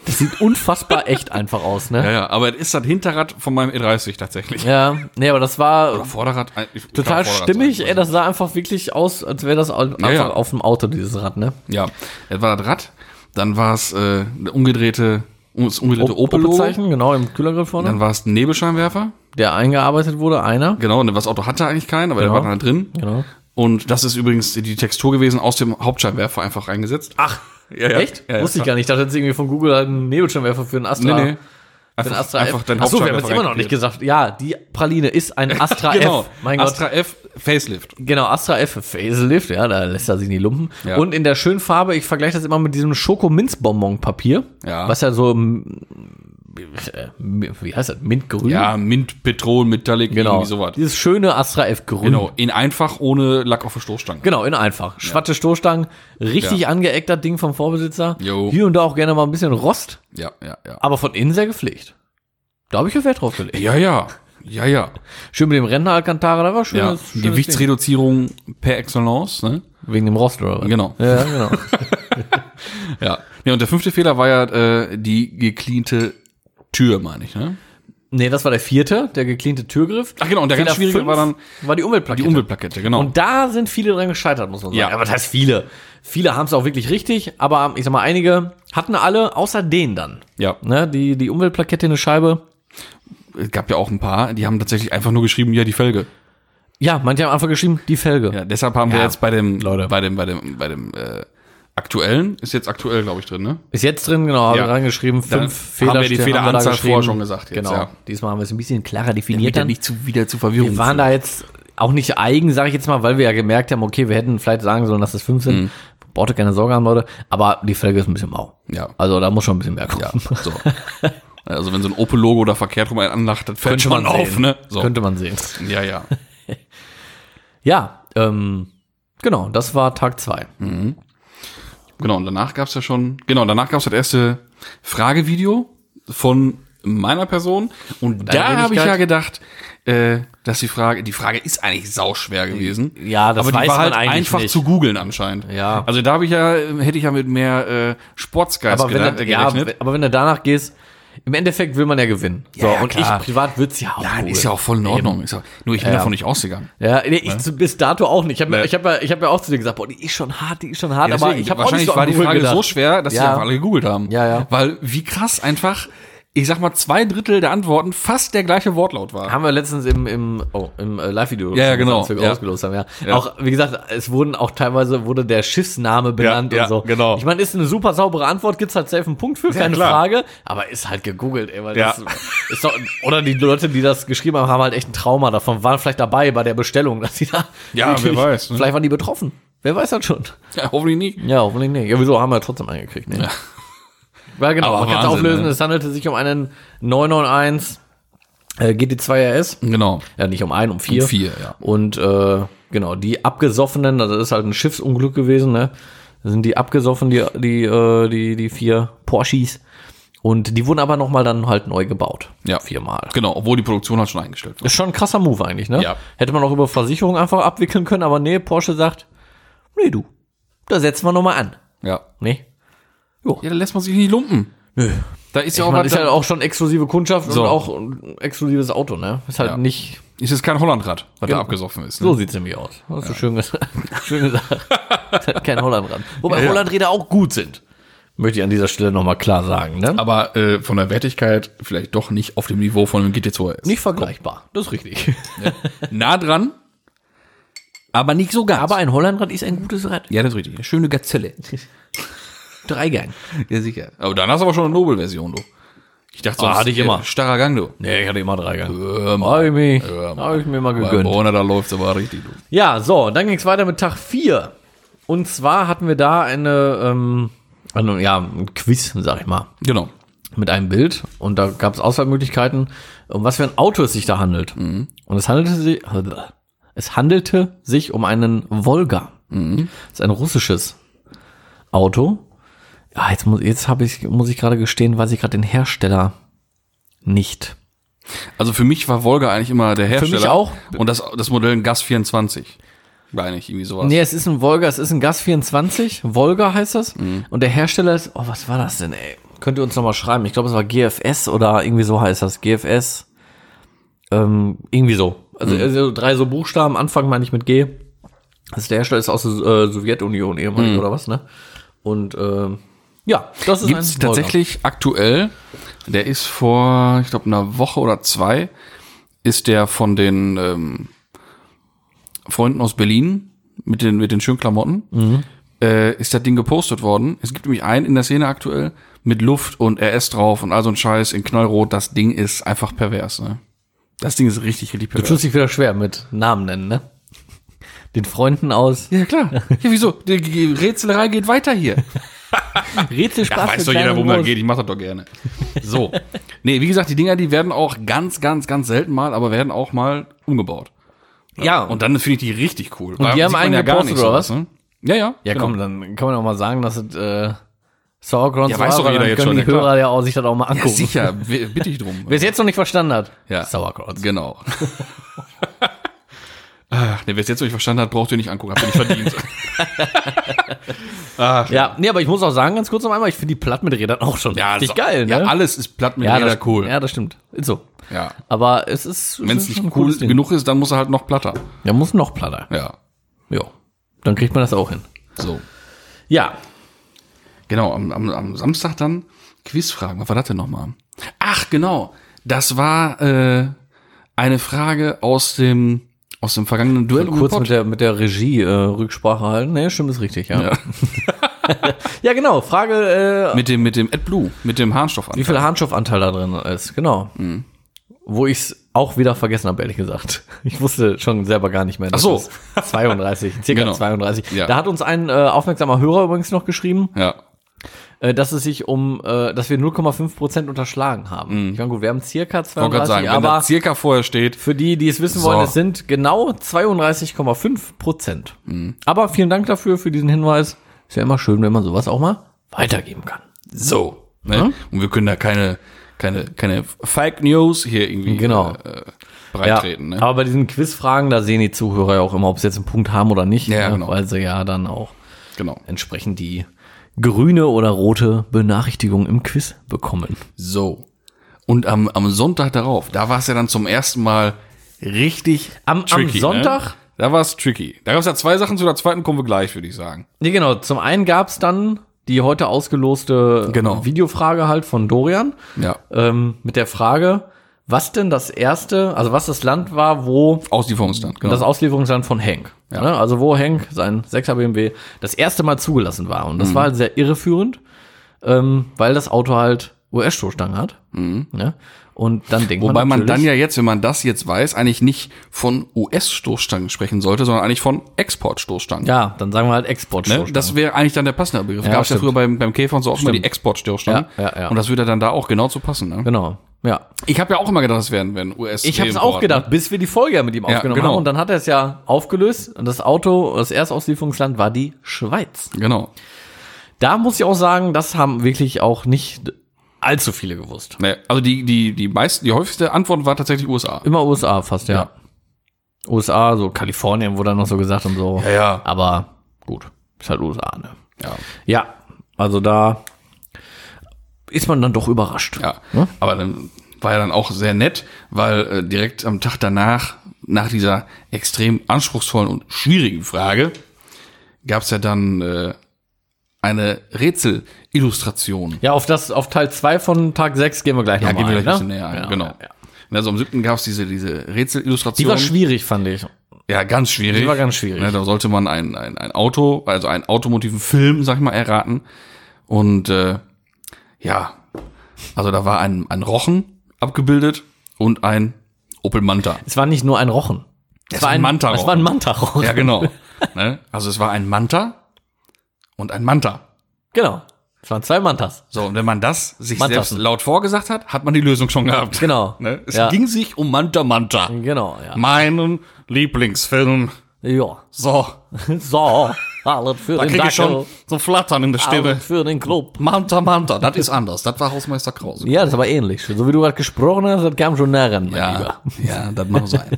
Speaker 2: das sieht unfassbar echt einfach aus,
Speaker 1: ja,
Speaker 2: ne?
Speaker 1: ja, aber es ist das Hinterrad von meinem E30 tatsächlich.
Speaker 2: Ja, nee, aber das war
Speaker 1: Vorderrad. ein- ich- ich
Speaker 2: total
Speaker 1: glaub, Vorderrad
Speaker 2: stimmig, äh.
Speaker 1: sein.
Speaker 2: ey, das sah einfach wirklich aus, als wäre das au- einfach
Speaker 1: ja.
Speaker 2: auf dem Auto dieses Rad, ne?
Speaker 1: Ja, das war das Rad. Dann war es äh, der umgedrehte, das umgedrehte Opel-Logo.
Speaker 2: Opel-Zeichen, genau, im Kühlergriff vorne,
Speaker 1: Dann war es ein Nebelscheinwerfer.
Speaker 2: der eingearbeitet wurde, einer.
Speaker 1: Genau, und das Auto hatte eigentlich keinen, aber
Speaker 2: Genau.
Speaker 1: der war dann drin.
Speaker 2: Genau.
Speaker 1: Und das ist übrigens die Textur gewesen aus dem Hauptscheinwerfer einfach reingesetzt.
Speaker 2: Ach,
Speaker 1: Ja, ja.
Speaker 2: echt?
Speaker 1: Ja, ja,
Speaker 2: Wusste ich
Speaker 1: klar.
Speaker 2: gar nicht. Ich dachte jetzt irgendwie von Google halt einen Nebelscheinwerfer für einen Astra.
Speaker 1: Nee, nee. Einfach,
Speaker 2: Den Astra
Speaker 1: einfach
Speaker 2: F.
Speaker 1: dein
Speaker 2: Achso, wir haben
Speaker 1: Hauptscheinwerfer
Speaker 2: jetzt immer noch nicht gesagt. Ja, die Praline ist ein Astra
Speaker 1: genau.
Speaker 2: F. Mein Gott.
Speaker 1: Astra F Facelift.
Speaker 2: Genau, Astra F. Facelift, ja, da lässt er sich nicht lumpen.
Speaker 1: Ja.
Speaker 2: Und in der schönen Farbe, ich vergleiche das immer mit diesem Schoko-Minz-Bonbon-Papier.
Speaker 1: Ja.
Speaker 2: Was ja so, mm, äh, wie heißt das? Mintgrün?
Speaker 1: Ja, Mint, Petrol, Metallic,
Speaker 2: Mhm. genau.
Speaker 1: irgendwie sowas.
Speaker 2: Dieses schöne Astra F-Grün.
Speaker 1: Genau, in einfach ohne Lack auf der Stoßstange.
Speaker 2: Genau, in einfach. Schwatte Stoßstangen, richtig
Speaker 1: Ja.
Speaker 2: angeeckt das Ding vom Vorbesitzer.
Speaker 1: Jo.
Speaker 2: Hier und da auch gerne mal ein bisschen Rost,
Speaker 1: Ja, ja, ja.
Speaker 2: aber von innen sehr gepflegt. Da habe ich ja Wert drauf gelegt.
Speaker 1: Ja, ja. Ja, ja.
Speaker 2: Schön mit dem Renner Alcantara, da war schön.
Speaker 1: ja. Gewichtsreduzierung per Excellence, ne?
Speaker 2: Wegen dem Rost oder was?
Speaker 1: Genau.
Speaker 2: Ja, genau.
Speaker 1: Ja. Ja, und der fünfte Fehler war ja äh, die gekleinte Tür, meine ich, ne?
Speaker 2: nee, das war der vierte, der gekleinte Türgriff.
Speaker 1: Ach genau, und der ganz schwierige
Speaker 2: fünf
Speaker 1: war dann
Speaker 2: war die Umweltplakette.
Speaker 1: Die Umweltplakette, genau.
Speaker 2: Und da sind viele dran gescheitert, muss man sagen.
Speaker 1: Ja.
Speaker 2: aber das heißt viele. Viele haben es auch wirklich richtig, aber ich sag mal, einige hatten alle, außer den dann.
Speaker 1: ja.
Speaker 2: Ne, die, die Umweltplakette in der Scheibe.
Speaker 1: Es gab ja auch ein paar, die haben tatsächlich einfach nur geschrieben, ja, die Felge.
Speaker 2: Ja, manche haben einfach geschrieben, die Felge.
Speaker 1: Ja, deshalb haben wir
Speaker 2: Ja,
Speaker 1: jetzt bei dem,
Speaker 2: Leute.
Speaker 1: bei dem, bei dem, bei dem äh, aktuellen, ist jetzt aktuell, glaube ich, drin, ne?
Speaker 2: Ist jetzt drin, genau, habe
Speaker 1: Ja.
Speaker 2: reingeschrieben, fünf
Speaker 1: Dann
Speaker 2: Fehler.
Speaker 1: haben wir die
Speaker 2: stehen, da
Speaker 1: Fehleranzahl
Speaker 2: geschrieben.
Speaker 1: vorher schon gesagt jetzt,
Speaker 2: Genau.
Speaker 1: ja.
Speaker 2: Diesmal haben wir es ein bisschen klarer definiert.
Speaker 1: ja
Speaker 2: dann.
Speaker 1: nicht zu, wieder zu Verwirrung
Speaker 2: Wir waren
Speaker 1: führt.
Speaker 2: da jetzt auch nicht eigen, sage ich jetzt mal, weil wir ja gemerkt haben, okay, wir hätten vielleicht sagen sollen, dass es fünf sind.
Speaker 1: Mhm.
Speaker 2: Braucht ihr keine Sorge haben, Leute. Aber die Felge ist ein bisschen mau.
Speaker 1: Ja.
Speaker 2: Also da muss schon ein bisschen mehr kommen.
Speaker 1: Ja, so. Also wenn so ein Opel-Logo da verkehrt rum einen anlacht, das fällt schon auf,
Speaker 2: sehen.
Speaker 1: ne? So.
Speaker 2: Könnte man sehen.
Speaker 1: Ja, ja.
Speaker 2: Ja, ähm, genau, das war Tag zwei.
Speaker 1: Genau, und danach gab's ja schon, genau, danach gab's das erste Fragevideo von meiner Person. Und, da
Speaker 2: Wenigkeit.
Speaker 1: habe ich ja gedacht, äh, dass die Frage, die Frage ist eigentlich sauschwer gewesen.
Speaker 2: Ja, das
Speaker 1: aber
Speaker 2: weiß
Speaker 1: die war
Speaker 2: man
Speaker 1: halt
Speaker 2: eigentlich
Speaker 1: einfach
Speaker 2: nicht.
Speaker 1: zu googeln anscheinend.
Speaker 2: Ja.
Speaker 1: Also da habe ich ja, hätte ich ja mit mehr äh, Sportsgeist
Speaker 2: Aber wenn,
Speaker 1: gedacht,
Speaker 2: du,
Speaker 1: äh,
Speaker 2: ja,
Speaker 1: gerechnet.
Speaker 2: aber wenn du danach gehst, im Endeffekt will man ja gewinnen. So,
Speaker 1: Ja, ja,
Speaker 2: und ich
Speaker 1: klar.
Speaker 2: privat würde es ja auch.
Speaker 1: Nein,
Speaker 2: holen.
Speaker 1: ist ja auch Ne? voll in Ordnung. Ist ja, nur ich bin davon nicht ausgegangen.
Speaker 2: Ja, nee, ich zu- bis dato auch nicht. Ich habe
Speaker 1: Nee.
Speaker 2: ich hab ja, ich hab ja auch zu dir gesagt, boah, die ist schon hart, die ist schon hart,
Speaker 1: Ne. Ja,
Speaker 2: aber
Speaker 1: deswegen,
Speaker 2: ich habe auch
Speaker 1: wahrscheinlich
Speaker 2: nicht so an
Speaker 1: war die
Speaker 2: Google
Speaker 1: Frage
Speaker 2: gedacht.
Speaker 1: so schwer, dass die
Speaker 2: Ja.
Speaker 1: einfach alle gegoogelt haben.
Speaker 2: Ja, ja.
Speaker 1: Weil wie krass einfach, ich sag mal, zwei Drittel der Antworten fast der gleiche Wortlaut war.
Speaker 2: Haben wir letztens im, im, oh, im äh, Live-Video
Speaker 1: Ja, ja,
Speaker 2: schon
Speaker 1: genau,
Speaker 2: gesagt, als wir
Speaker 1: ja.
Speaker 2: ausgelost haben, ja. Auch, wie gesagt, es wurden auch teilweise wurde der Schiffsname benannt
Speaker 1: ja,
Speaker 2: und so.
Speaker 1: genau.
Speaker 2: Ich meine, ist eine super saubere Antwort, gibt's halt safe einen Punkt für, keine
Speaker 1: klar.
Speaker 2: Frage. Aber ist halt gegoogelt, ey, weil
Speaker 1: Ja.
Speaker 2: das ist doch, oder die Leute, die das geschrieben haben, haben halt echt ein Trauma davon, waren vielleicht dabei bei der Bestellung, dass sie da.
Speaker 1: Ja, wer
Speaker 2: wirklich-
Speaker 1: weiß, ne?
Speaker 2: Vielleicht waren die betroffen. Wer weiß das schon?
Speaker 1: Ja, hoffentlich nie.
Speaker 2: Ja, hoffentlich nicht. Ja, wieso haben wir trotzdem eingekriegt, ne? Ja. genau,
Speaker 1: Aber
Speaker 2: man kann es
Speaker 1: Wahnsinn,
Speaker 2: auflösen.
Speaker 1: ne?
Speaker 2: Es handelte sich um einen 991 äh, GT2 RS.
Speaker 1: Genau.
Speaker 2: Ja, nicht um einen, um vier.
Speaker 1: Um vier, ja.
Speaker 2: Und äh, genau, die abgesoffenen, also das ist halt ein Schiffsunglück gewesen, ne? Da sind die abgesoffen, die, die, äh, die, die vier Porsches. Und die wurden aber nochmal dann halt neu gebaut.
Speaker 1: Ja.
Speaker 2: Viermal.
Speaker 1: Genau, obwohl die Produktion halt schon eingestellt war.
Speaker 2: Ist schon ein krasser Move eigentlich, ne?
Speaker 1: Ja.
Speaker 2: Hätte man auch über Versicherung einfach abwickeln können, aber nee, Porsche sagt, nee, du, da setzen wir nochmal an. ne?
Speaker 1: Ja.
Speaker 2: Nee.
Speaker 1: Ja, da lässt man sich nicht lumpen.
Speaker 2: Nö.
Speaker 1: Da ist ja
Speaker 2: Ich
Speaker 1: auch
Speaker 2: meine,
Speaker 1: was,
Speaker 2: ist halt auch schon exklusive Kundschaft
Speaker 1: So.
Speaker 2: und auch ein exklusives Auto, ne? Ist halt
Speaker 1: Ja.
Speaker 2: nicht.
Speaker 1: ist jetzt kein Hollandrad, was
Speaker 2: Genau.
Speaker 1: da abgesoffen ist.
Speaker 2: So
Speaker 1: Ne?
Speaker 2: sieht's nämlich aus. Hast du schön gesagt. schön gesagt. Ist halt Kein Hollandrad. Wobei
Speaker 1: Ja, ja.
Speaker 2: Hollandräder auch gut sind. Möchte ich an dieser Stelle nochmal klar sagen, ne?
Speaker 1: Aber äh, von der Wertigkeit vielleicht doch nicht auf dem Niveau von einem GT2 RS.
Speaker 2: nicht vergleichbar. Das ist richtig.
Speaker 1: nah dran, aber nicht so ganz.
Speaker 2: Aber ein Hollandrad ist ein gutes Rad.
Speaker 1: ja, das ist richtig. Eine schöne Gazelle.
Speaker 2: Dreigang.
Speaker 1: Ja, sicher. Aber dann hast du aber schon eine Nobel-Version, du. Ich dachte, sonst
Speaker 2: hatte ich
Speaker 1: äh,
Speaker 2: immer.
Speaker 1: Starrer Gang, du.
Speaker 2: Nee, ich hatte immer Dreigang.
Speaker 1: Ähm,
Speaker 2: Hab ich, mich,
Speaker 1: Ja,
Speaker 2: hab ich mir mal
Speaker 1: bei
Speaker 2: gegönnt.
Speaker 1: Borna, da läuft's aber richtig, du.
Speaker 2: Ja, so, dann ging's weiter mit Tag 4. Und zwar hatten wir da eine, ähm, eine, ja, ein Quiz, sag ich mal.
Speaker 1: Genau.
Speaker 2: mit einem Bild und da gab es Auswahlmöglichkeiten, um was für ein Auto es sich da handelt. Und es handelte sich, es handelte sich um einen Volga. Das ist ein russisches Auto. Ja, jetzt muss, jetzt habe ich, muss ich gerade gestehen, weiß ich gerade den Hersteller nicht.
Speaker 1: Also für mich war Volga eigentlich immer der Hersteller.
Speaker 2: mich auch.
Speaker 1: Und das, das Modell ein Gas 24. War eigentlich irgendwie sowas.
Speaker 2: Nee, es ist ein Volga, es ist ein Gas 24. Volga heißt das.
Speaker 1: Mhm.
Speaker 2: Und der Hersteller ist, oh, was war das denn, ey? Könnt ihr uns nochmal schreiben? Ich glaube, es war GFS oder irgendwie so heißt das. GFS. Ähm, irgendwie so. Also,
Speaker 1: Mhm.
Speaker 2: also drei so Buchstaben. Anfang meine ich mit G. Also der Hersteller ist aus der äh, Sowjetunion
Speaker 1: Mhm.
Speaker 2: ehemalig oder was, ne? Und, ähm, ja, das ist
Speaker 1: Gibt es
Speaker 2: ein Volga.
Speaker 1: tatsächlich aktuell, der ist vor, ich glaube, einer Woche oder zwei, ist der von den ähm, Freunden aus Berlin mit den, mit den schönen Klamotten,
Speaker 2: Mhm.
Speaker 1: äh, ist das Ding gepostet worden. Es gibt nämlich einen in der Szene aktuell mit Luft und RS drauf und all so ein Scheiß in Knallrot. Das Ding ist einfach pervers, ne? Das Ding ist richtig, richtig
Speaker 2: Du
Speaker 1: pervers.
Speaker 2: tust dich wieder schwer mit Namen nennen, ne? Den Freunden aus.
Speaker 1: Ja, klar. Ja, wieso? Die- Die Rätselerei geht weiter hier.
Speaker 2: Rätselspaß.
Speaker 1: Ja,
Speaker 2: für
Speaker 1: weiß doch
Speaker 2: kleine
Speaker 1: jeder,
Speaker 2: und
Speaker 1: worum es
Speaker 2: groß.
Speaker 1: geht. Ich mache das doch gerne. So. nee, wie gesagt, die Dinger, die werden auch ganz, ganz, ganz selten mal, aber werden auch mal umgebaut.
Speaker 2: Ja,
Speaker 1: Und dann finde ich die richtig cool. Und
Speaker 2: die haben einen gepostet, oder was?
Speaker 1: Ne? Ja, ja.
Speaker 2: Ja,
Speaker 1: genau.
Speaker 2: komm, dann kann man auch mal sagen, dass es äh, Sauergrounds
Speaker 1: Ja, weiß doch
Speaker 2: weil
Speaker 1: jeder
Speaker 2: dann
Speaker 1: jetzt
Speaker 2: können
Speaker 1: schon,
Speaker 2: die
Speaker 1: ja, klar.
Speaker 2: Hörer ja auch sich das auch mal angucken.
Speaker 1: Ja, sicher. w- Bitte ich drum.
Speaker 2: Wer es jetzt noch nicht verstanden hat,
Speaker 1: Ja.
Speaker 2: Sauerkrauts.
Speaker 1: Genau. Ach, nee, wer es jetzt noch nicht verstanden hat, braucht ihr nicht angucken. Habt ihr nicht verdient.
Speaker 2: Ja, nee, aber ich muss auch sagen, ganz kurz noch einmal, ich finde die Platt mit Rädern auch schon richtig
Speaker 1: so-
Speaker 2: geil, ne?
Speaker 1: Ja, alles ist platt mit jeder
Speaker 2: das,
Speaker 1: cool.
Speaker 2: Ja, das stimmt. Ist so.
Speaker 1: Ja.
Speaker 2: Aber es ist.
Speaker 1: Wenn es nicht cool genug ist, dann muss er halt noch platter.
Speaker 2: Ja, muss noch platter.
Speaker 1: Ja.
Speaker 2: Ja. Dann kriegt man das auch hin.
Speaker 1: So.
Speaker 2: Ja.
Speaker 1: Genau, am, am, am Samstag dann Quizfragen. Was war das denn nochmal? Ach, genau. Das war äh, eine Frage aus dem, aus dem vergangenen Duell. um den
Speaker 2: Kurz
Speaker 1: Pott.
Speaker 2: mit der, mit der Regie äh, Rücksprache halten. Nee, stimmt, ist richtig, ja. Ja,
Speaker 1: Ja.
Speaker 2: genau. Frage, äh,
Speaker 1: mit dem, mit dem AdBlue, mit dem Harnstoff an.
Speaker 2: wie viel Harnstoffanteil da drin ist, genau.
Speaker 1: Mhm.
Speaker 2: Wo ich es auch wieder vergessen habe, ehrlich gesagt. Ich wusste schon selber gar nicht mehr. Ach
Speaker 1: so.
Speaker 2: 32, circa
Speaker 1: Genau.
Speaker 2: 32.
Speaker 1: Ja.
Speaker 2: Da hat uns ein äh, aufmerksamer Hörer übrigens noch geschrieben,
Speaker 1: Ja.
Speaker 2: äh, dass es sich um, äh, dass wir 0,5% unterschlagen haben. Ich meine, gut, wir haben circa
Speaker 1: Mhm. Ich wollte gerade
Speaker 2: 32,
Speaker 1: sagen, wenn da
Speaker 2: aber
Speaker 1: circa vorher steht.
Speaker 2: für die, die es wissen wollen,
Speaker 1: So.
Speaker 2: es sind genau 32,5%.
Speaker 1: Mhm.
Speaker 2: Aber vielen Dank dafür, für diesen Hinweis. Ist ja immer schön, wenn man sowas auch mal weitergeben kann.
Speaker 1: So. Ne? Und wir können da keine, keine, keine Fake News hier irgendwie
Speaker 2: Genau.
Speaker 1: äh, äh, breittreten. ne?
Speaker 2: Aber bei diesen Quizfragen, da sehen die Zuhörer ja auch immer, ob sie jetzt einen Punkt haben oder nicht,
Speaker 1: Ja,
Speaker 2: ne?
Speaker 1: genau.
Speaker 2: weil sie ja dann auch
Speaker 1: Genau.
Speaker 2: entsprechend die grüne oder rote Benachrichtigung im Quiz bekommen.
Speaker 1: So. Und am, am Sonntag darauf, da war es ja dann zum ersten Mal richtig
Speaker 2: Am- am
Speaker 1: tricky.
Speaker 2: Sonntag?
Speaker 1: Ne? Da war es tricky. Da gab es ja zwei Sachen, zu der zweiten kommen wir gleich, würde ich sagen.
Speaker 2: Nee, genau. Zum einen gab's dann die heute ausgeloste
Speaker 1: Genau.
Speaker 2: Videofrage halt von Dorian
Speaker 1: Ja.
Speaker 2: ähm, mit der Frage, was denn das erste, also was das Land war, wo
Speaker 1: Aus die Formstand, genau.
Speaker 2: das Auslieferungsland von Hank, ne? also wo Hank, sein 6er BMW, das erste Mal zugelassen war. Und das
Speaker 1: Mhm.
Speaker 2: war halt sehr irreführend, ähm, weil das Auto halt US-Stoßstangen hat. Ne? Und dann denkt
Speaker 1: Mhm. Wobei man
Speaker 2: natürlich-
Speaker 1: dann ja jetzt, wenn man das jetzt weiß, eigentlich nicht von US-Stoßstangen sprechen sollte, sondern eigentlich von Export-Stoßstangen.
Speaker 2: Ja, dann sagen wir halt export
Speaker 1: Ne? Das wäre eigentlich dann der passende Begriff.
Speaker 2: Ja,
Speaker 1: Gab es ja
Speaker 2: stimmt.
Speaker 1: früher beim, beim Käfer und so auch immer die
Speaker 2: Stimmt.
Speaker 1: Export-Stoßstangen.
Speaker 2: Ja, ja, ja.
Speaker 1: Und das würde dann da auch genau zu passen. Ne?
Speaker 2: Genau, ja.
Speaker 1: Ich habe ja auch immer gedacht, das wären wenn US.
Speaker 2: Ich habe es
Speaker 1: Import,
Speaker 2: auch gedacht, bis wir die Folge ja mit ihm
Speaker 1: ne? Ja,
Speaker 2: aufgenommen
Speaker 1: genau.
Speaker 2: haben. Und dann hat er es ja aufgelöst. Und das Auto, das Erstauslieferungsland war die Schweiz.
Speaker 1: Ne? Genau.
Speaker 2: Da muss ich auch sagen, das haben wirklich auch nicht allzu viele gewusst.
Speaker 1: Ne, also die die die meisten, die häufigste Antwort war tatsächlich USA.
Speaker 2: Immer USA fast, ja.
Speaker 1: Ja.
Speaker 2: USA, so Kalifornien wurde dann noch so gesagt und so.
Speaker 1: ja.
Speaker 2: Aber gut, ist halt USA, ne?
Speaker 1: Ja.
Speaker 2: Ja, also da ist man dann doch überrascht.
Speaker 1: Ja, aber dann war ja dann auch sehr nett, weil äh, direkt am Tag danach, nach dieser extrem anspruchsvollen und schwierigen Frage, gab es ja dann äh, eine Rätselillustration.
Speaker 2: Ja, auf das, auf Teil 2 von Tag 6 gehen wir gleich
Speaker 1: Ja,
Speaker 2: nochmal.
Speaker 1: gehen wir gleich ein bisschen
Speaker 2: ne?
Speaker 1: näher ein,
Speaker 2: Ja,
Speaker 1: genau.
Speaker 2: ja, ja.
Speaker 1: Also am siebten gab es diese, diese Rätselillustration.
Speaker 2: Die war schwierig, fand ich.
Speaker 1: Ja, ganz schwierig.
Speaker 2: Die war ganz schwierig.
Speaker 1: Ja, da sollte man ein, ein, ein Auto, also einen automotiven Film, sag ich mal, erraten. Und äh, ja, also da war ein, ein Rochen abgebildet und ein Opel Manta.
Speaker 2: Es war nicht nur ein Rochen. Es,
Speaker 1: war ein Manta-Rochen.
Speaker 2: Es war ein Manta-Rochen.
Speaker 1: Ja, genau. ne? Also es war ein Manta und ein Manta.
Speaker 2: Genau. Es waren zwei Mantas.
Speaker 1: So, und wenn man das sich
Speaker 2: Mantassen.
Speaker 1: selbst laut vorgesagt hat, hat man die Lösung schon gehabt.
Speaker 2: Genau.
Speaker 1: Ne? Es
Speaker 2: Ja.
Speaker 1: ging sich um Manta Manta.
Speaker 2: Genau, ja.
Speaker 1: Meinen Lieblingsfilm.
Speaker 2: Ja.
Speaker 1: So,
Speaker 2: So, alles für
Speaker 1: da
Speaker 2: den
Speaker 1: krieg
Speaker 2: Dackel,
Speaker 1: ich schon so Flattern in der Stimme.
Speaker 2: alles für den Club.
Speaker 1: Manta Manta, das ist anders. Das war Hausmeister Krause.
Speaker 2: Ja, das war ähnlich. So wie du gerade gesprochen hast, das kam schon näher, mein Lieber.
Speaker 1: ja, ja das mag sein.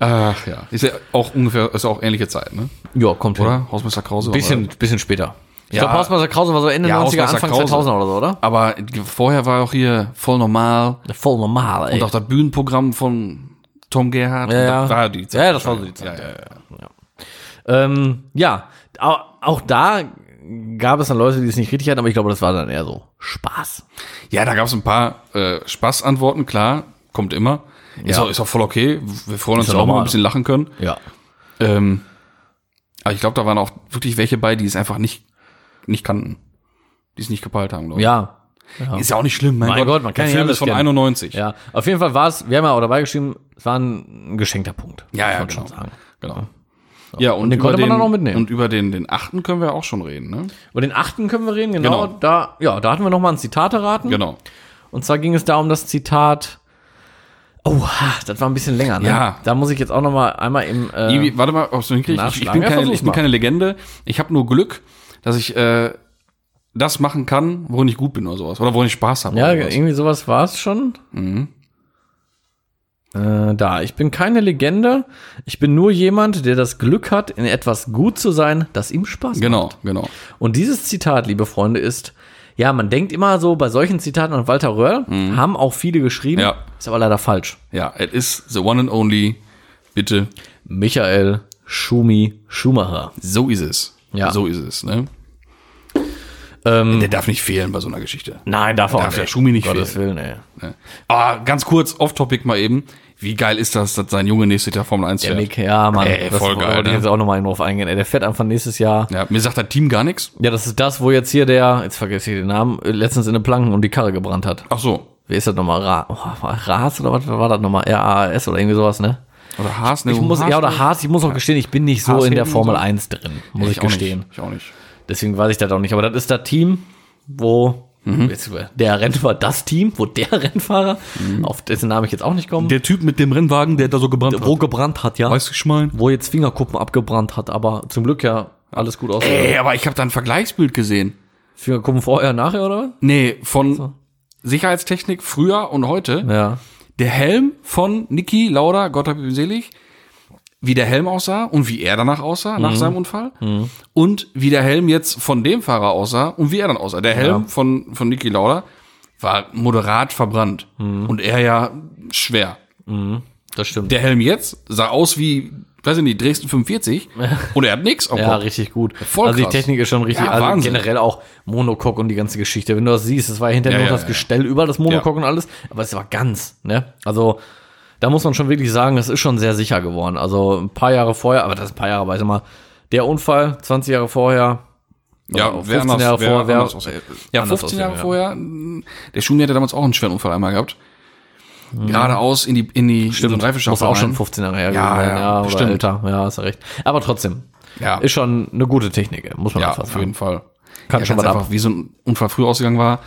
Speaker 1: Ach ja, ist ja auch ungefähr, ist ja auch ähnliche Zeit, ne?
Speaker 2: Ja, kommt hin.
Speaker 1: Oder? Hausmeister Krause. war
Speaker 2: Bisschen, bisschen später. Ich
Speaker 1: Ja.
Speaker 2: glaube, Hausmeister Krause war so Ende
Speaker 1: Ja,
Speaker 2: 90er,
Speaker 1: Hausmeister
Speaker 2: Anfang
Speaker 1: Krause.
Speaker 2: 2000 oder so, oder?
Speaker 1: da. Aber vorher war auch hier voll normal
Speaker 2: Voll normal, ey.
Speaker 1: und auch das Bühnenprogramm von Tom Gerhardt.
Speaker 2: Ja, ja.
Speaker 1: Das war die Zeit.
Speaker 2: Ja, das war so die Zeit,
Speaker 1: Ja, ja, ja.
Speaker 2: Ähm, ja, au- auch da gab es dann Leute, die es nicht richtig hatten, aber ich glaube, das war dann eher so Spaß.
Speaker 1: ja da gab es ein paar äh, Spaßantworten, klar, kommt immer. Ist, auch, ist auch voll okay. Wir freuen uns
Speaker 2: ja
Speaker 1: auch mal
Speaker 2: normal.
Speaker 1: ein bisschen lachen können.
Speaker 2: Ja.
Speaker 1: Ähm, aber ich glaube, da waren auch wirklich welche bei, die es einfach nicht, nicht kannten. Die es nicht gepeilt haben, glaube ich.
Speaker 2: Ja,
Speaker 1: Ist ja auch nicht schlimm, mein,
Speaker 2: Mein Gott, man
Speaker 1: Der
Speaker 2: kann ja
Speaker 1: Film
Speaker 2: alles
Speaker 1: ist von
Speaker 2: kennen.
Speaker 1: 91.
Speaker 2: Ja, auf jeden Fall war es, wir haben ja auch dabei geschrieben, es war ein geschenkter Punkt.
Speaker 1: ja, ja
Speaker 2: muss
Speaker 1: genau.
Speaker 2: man schon sagen.
Speaker 1: genau. Ja, und,
Speaker 2: den
Speaker 1: über
Speaker 2: konnte man dann auch mitnehmen. Hm.
Speaker 1: Und über den, den achten können wir auch schon reden, ne?
Speaker 2: Über den achten können wir reden, genau.
Speaker 1: Genau.
Speaker 2: Da, ja, da hatten wir nochmal ein Zitat erraten.
Speaker 1: Genau.
Speaker 2: Und zwar ging es da um das Zitat. Oh, ha, das war ein bisschen länger, ne?
Speaker 1: Ja.
Speaker 2: Da muss ich jetzt auch nochmal einmal im. Äh,
Speaker 1: Ibi, warte mal, ob du hinkriegst. Ich, ich
Speaker 2: nachschlagen.
Speaker 1: bin,
Speaker 2: Ja,
Speaker 1: keine,
Speaker 2: versuch's
Speaker 1: ich bin
Speaker 2: mal.
Speaker 1: keine Legende. Ich habe nur Glück, dass ich äh, das machen kann, worin ich gut bin oder sowas. Oder worin ich Spaß habe.
Speaker 2: ja,
Speaker 1: oder Mhm. sowas.
Speaker 2: irgendwie sowas war es schon. Äh, da, ich bin keine Legende. Ich bin nur jemand, der das Glück hat, in etwas gut zu sein, das ihm Spaß macht.
Speaker 1: Genau, genau.
Speaker 2: Und dieses Zitat, liebe Freunde, ist, ja, man denkt immer so bei solchen Zitaten an Walter Röhrl, haben auch viele geschrieben,
Speaker 1: Mhm. Ja.
Speaker 2: ist aber leider falsch.
Speaker 1: Ja, it is the one and only. Bitte.
Speaker 2: Michael Schumi Schumacher.
Speaker 1: So ist es.
Speaker 2: Ja.
Speaker 1: So ist es, ne?
Speaker 2: Ähm,
Speaker 1: Der darf nicht fehlen bei so einer Geschichte.
Speaker 2: nein, darf auch
Speaker 1: Darf der Schumi nicht
Speaker 2: Gottes Willen, ey.
Speaker 1: Ne? Aber ganz kurz, off-topic mal eben. Wie geil ist das, dass sein Junge nächstes Jahr Formel 1
Speaker 2: Der
Speaker 1: fährt?
Speaker 2: Mick, ja, Mann,
Speaker 1: Ey, voll
Speaker 2: wollte
Speaker 1: geil,
Speaker 2: ich
Speaker 1: ne?
Speaker 2: jetzt auch nochmal drauf eingehen. Ey, der fährt einfach nächstes Jahr.
Speaker 1: Ja, mir sagt das Team gar nichts.
Speaker 2: Ja, das ist das, wo jetzt hier der, jetzt vergesse ich den Namen, äh, letztens in den Planken und die Karre gebrannt hat.
Speaker 1: Ach so.
Speaker 2: Wer ist das nochmal? Ra oh, Ras oder was war das nochmal? RAS oder irgendwie sowas, ne?
Speaker 1: Oder Haas, ne?
Speaker 2: Ich muss, ja, oder Haas, ich muss auch gestehen, ich bin nicht so
Speaker 1: Haas
Speaker 2: in der
Speaker 1: hinten
Speaker 2: Formel
Speaker 1: so.
Speaker 2: 1 drin, muss
Speaker 1: muss
Speaker 2: ich,
Speaker 1: ich auch
Speaker 2: gestehen.
Speaker 1: nicht. Ich auch nicht.
Speaker 2: Deswegen weiß ich das auch nicht. Aber das ist das Team, wo jetzt, der Rennfahrer, das Team, wo der Rennfahrer, auf dessen Namen ich jetzt auch nicht komme,
Speaker 1: Der Typ mit dem Rennwagen, der da so gebrannt
Speaker 2: wo gebrannt hat, ja.
Speaker 1: Weißt du, ich meine?
Speaker 2: Wo jetzt Fingerkuppen abgebrannt hat, aber zum Glück ja alles gut aus.
Speaker 1: Ey, aber ich habe da ein Vergleichsbild gesehen.
Speaker 2: Fingerkuppen vorher, nachher, oder?
Speaker 1: Nee, von Sicherheitstechnik früher und heute.
Speaker 2: Ja.
Speaker 1: Der Helm von Niki Lauda, Gott hab ihn selig, wie der Helm aussah und wie er danach aussah,
Speaker 2: Mhm.
Speaker 1: nach seinem Unfall. Und wie der Helm jetzt von dem Fahrer aussah und wie er dann aussah. Der Helm von, von Niki Lauda war moderat verbrannt.
Speaker 2: Mhm.
Speaker 1: Und er ja schwer.
Speaker 2: Das stimmt.
Speaker 1: Der Helm jetzt sah aus wie, weiß ich nicht, Dresden 45. und er hat nichts am
Speaker 2: ja,
Speaker 1: Kopf.
Speaker 2: richtig gut.
Speaker 1: Voll
Speaker 2: also die
Speaker 1: krass.
Speaker 2: Technik ist schon richtig,
Speaker 1: Ja,
Speaker 2: also
Speaker 1: Wahnsinn.
Speaker 2: generell auch Monocoque und die ganze Geschichte. Wenn du das siehst, es war hinterher
Speaker 1: Ja,
Speaker 2: noch
Speaker 1: ja,
Speaker 2: das
Speaker 1: ja.
Speaker 2: Gestell über das Monocoque und alles, aber es war ganz, ne? Also da muss man schon wirklich sagen, es ist schon sehr sicher geworden. Also ein paar Jahre vorher, aber das ist ein paar Jahre, weiß ich mal, der Unfall 20 Jahre vorher,
Speaker 1: Ja,
Speaker 2: Also
Speaker 1: wer
Speaker 2: 15
Speaker 1: anders,
Speaker 2: Jahre
Speaker 1: wer
Speaker 2: vorher, wer-
Speaker 1: anders aussehen. Ja,
Speaker 2: anders
Speaker 1: 15
Speaker 2: aussehen,
Speaker 1: Jahre
Speaker 2: ja.
Speaker 1: vorher. mh, Der Schumi hatte damals auch einen schweren Unfall einmal gehabt. Geradeaus in die, in die in so einen
Speaker 2: Mhm. muss
Speaker 1: Reifenschacht
Speaker 2: auch schon
Speaker 1: rein.
Speaker 2: 15 Jahre
Speaker 1: Ja,
Speaker 2: her gewesen sein,
Speaker 1: ja,
Speaker 2: ja, oder
Speaker 1: bestimmt.
Speaker 2: älter, ja, hast du recht. Aber trotzdem,
Speaker 1: Ja.
Speaker 2: ist schon eine gute Technik, muss man
Speaker 1: Ja,
Speaker 2: einfach
Speaker 1: auf
Speaker 2: sagen.
Speaker 1: jeden Fall.
Speaker 2: Kann
Speaker 1: ja,
Speaker 2: schon
Speaker 1: ganz
Speaker 2: was ab.
Speaker 1: einfach, wie so ein Unfall früh ausgegangen war,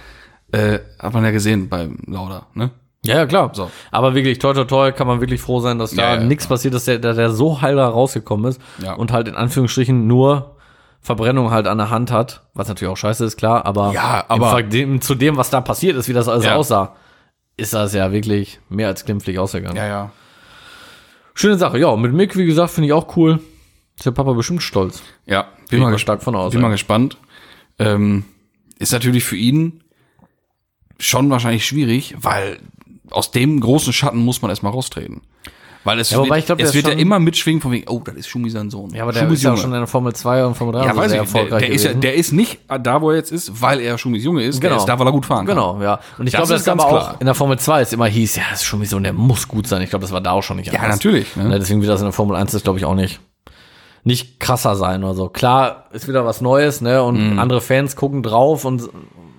Speaker 1: äh, hat man ja gesehen beim Lauda, ne?
Speaker 2: Ja, ja, klar.
Speaker 1: So.
Speaker 2: Aber wirklich, toi, toi, toi, kann man wirklich froh sein, dass da
Speaker 1: Ja, ja,
Speaker 2: nichts passiert ist, der, der, der so heil da rausgekommen ist
Speaker 1: Ja.
Speaker 2: und halt in Anführungsstrichen nur Verbrennung halt an der Hand hat, was natürlich auch scheiße ist, klar, aber,
Speaker 1: Ja, aber-
Speaker 2: im Vergleich zu dem, was da passiert ist, wie das alles
Speaker 1: Ja.
Speaker 2: aussah, ist das ja wirklich mehr als glimpflich ausgegangen.
Speaker 1: ja.
Speaker 2: Schöne Sache, ja, mit Mick, wie gesagt, finde ich auch cool. Ist der Papa bestimmt stolz.
Speaker 1: Ja,
Speaker 2: Gehe
Speaker 1: bin mal,
Speaker 2: ich mal
Speaker 1: gespannt.
Speaker 2: stark von aus.
Speaker 1: Bin mal gespannt. Ähm, ist natürlich für ihn schon wahrscheinlich schwierig, weil aus dem großen Schatten muss man erstmal raustreten. Weil es
Speaker 2: Ja,
Speaker 1: wird,
Speaker 2: wobei ich glaub, der
Speaker 1: es
Speaker 2: ist
Speaker 1: wird ja
Speaker 2: schon-
Speaker 1: immer mitschwingen von wegen, oh, das ist Schumi sein Sohn.
Speaker 2: ja, aber der
Speaker 1: Schumis
Speaker 2: ist ja auch
Speaker 1: Junge.
Speaker 2: schon in der Formel 2 und Formel 3
Speaker 1: Ja,
Speaker 2: und so
Speaker 1: weiß
Speaker 2: sehr
Speaker 1: ich, nicht. der, der, ist ja,
Speaker 2: gewesen.
Speaker 1: der ist nicht da, wo er jetzt ist, weil er Schumis Junge ist. Der
Speaker 2: Genau.
Speaker 1: ist da, weil er gut fahren kann.
Speaker 2: Genau, ja. Und ich
Speaker 1: Das
Speaker 2: glaube, das
Speaker 1: ist
Speaker 2: gab
Speaker 1: ganz
Speaker 2: aber
Speaker 1: klar.
Speaker 2: auch in der Formel 2 es immer hieß, ja, das ist schon wie so, der muss gut sein. Ich glaube, das war da auch schon nicht
Speaker 1: Ja, natürlich.
Speaker 2: Ne,
Speaker 1: Ne?
Speaker 2: Deswegen wird das in der Formel 1 ist, glaube ich, auch nicht, nicht krasser sein oder so. Klar, ist wieder was Neues, ne?
Speaker 1: Mhm.
Speaker 2: Und andere Fans gucken drauf und s-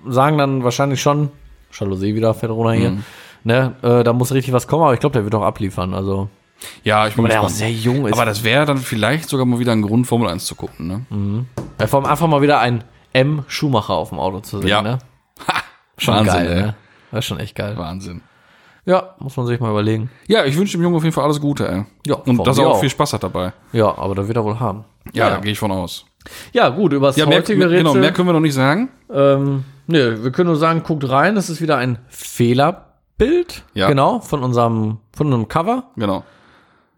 Speaker 2: sagen dann wahrscheinlich schon, Jalousie wieder, fährt runter hier,
Speaker 1: Mhm.
Speaker 2: ne? Äh, da muss richtig was kommen, aber ich glaube, der wird auch abliefern. Also,
Speaker 1: Ja, ich bin
Speaker 2: weil der auch
Speaker 1: gespannt.
Speaker 2: sehr jung ist.
Speaker 1: Aber das wäre dann vielleicht sogar mal wieder ein Grund, Formel 1 zu gucken. Ne?
Speaker 2: Hm, Ja, vor allem einfach mal wieder ein M. Schumacher auf dem Auto zu sehen,
Speaker 1: Ja.
Speaker 2: ne?
Speaker 1: Ha!
Speaker 2: Schon
Speaker 1: Wahnsinn,
Speaker 2: geil,
Speaker 1: ey.
Speaker 2: ne? Das ist schon echt geil.
Speaker 1: Wahnsinn.
Speaker 2: Ja, muss man sich mal überlegen.
Speaker 1: Ja, ich wünsche dem Jungen auf jeden Fall alles Gute, ey.
Speaker 2: Ja,
Speaker 1: Und
Speaker 2: von
Speaker 1: dass er
Speaker 2: mir
Speaker 1: auch
Speaker 2: auch.
Speaker 1: viel Spaß hat dabei.
Speaker 2: Ja, aber da wird er wohl haben.
Speaker 1: Ja, da gehe ich von aus.
Speaker 2: Ja, gut, über das
Speaker 1: Ja, mehr,
Speaker 2: heutige Rätsel.
Speaker 1: genau, mehr können wir noch nicht sagen.
Speaker 2: ähm, nö, wir können nur sagen, guckt rein, es ist wieder ein Fehlerbild.
Speaker 1: Ja.
Speaker 2: Genau, von unserem, von unserem Cover.
Speaker 1: Genau.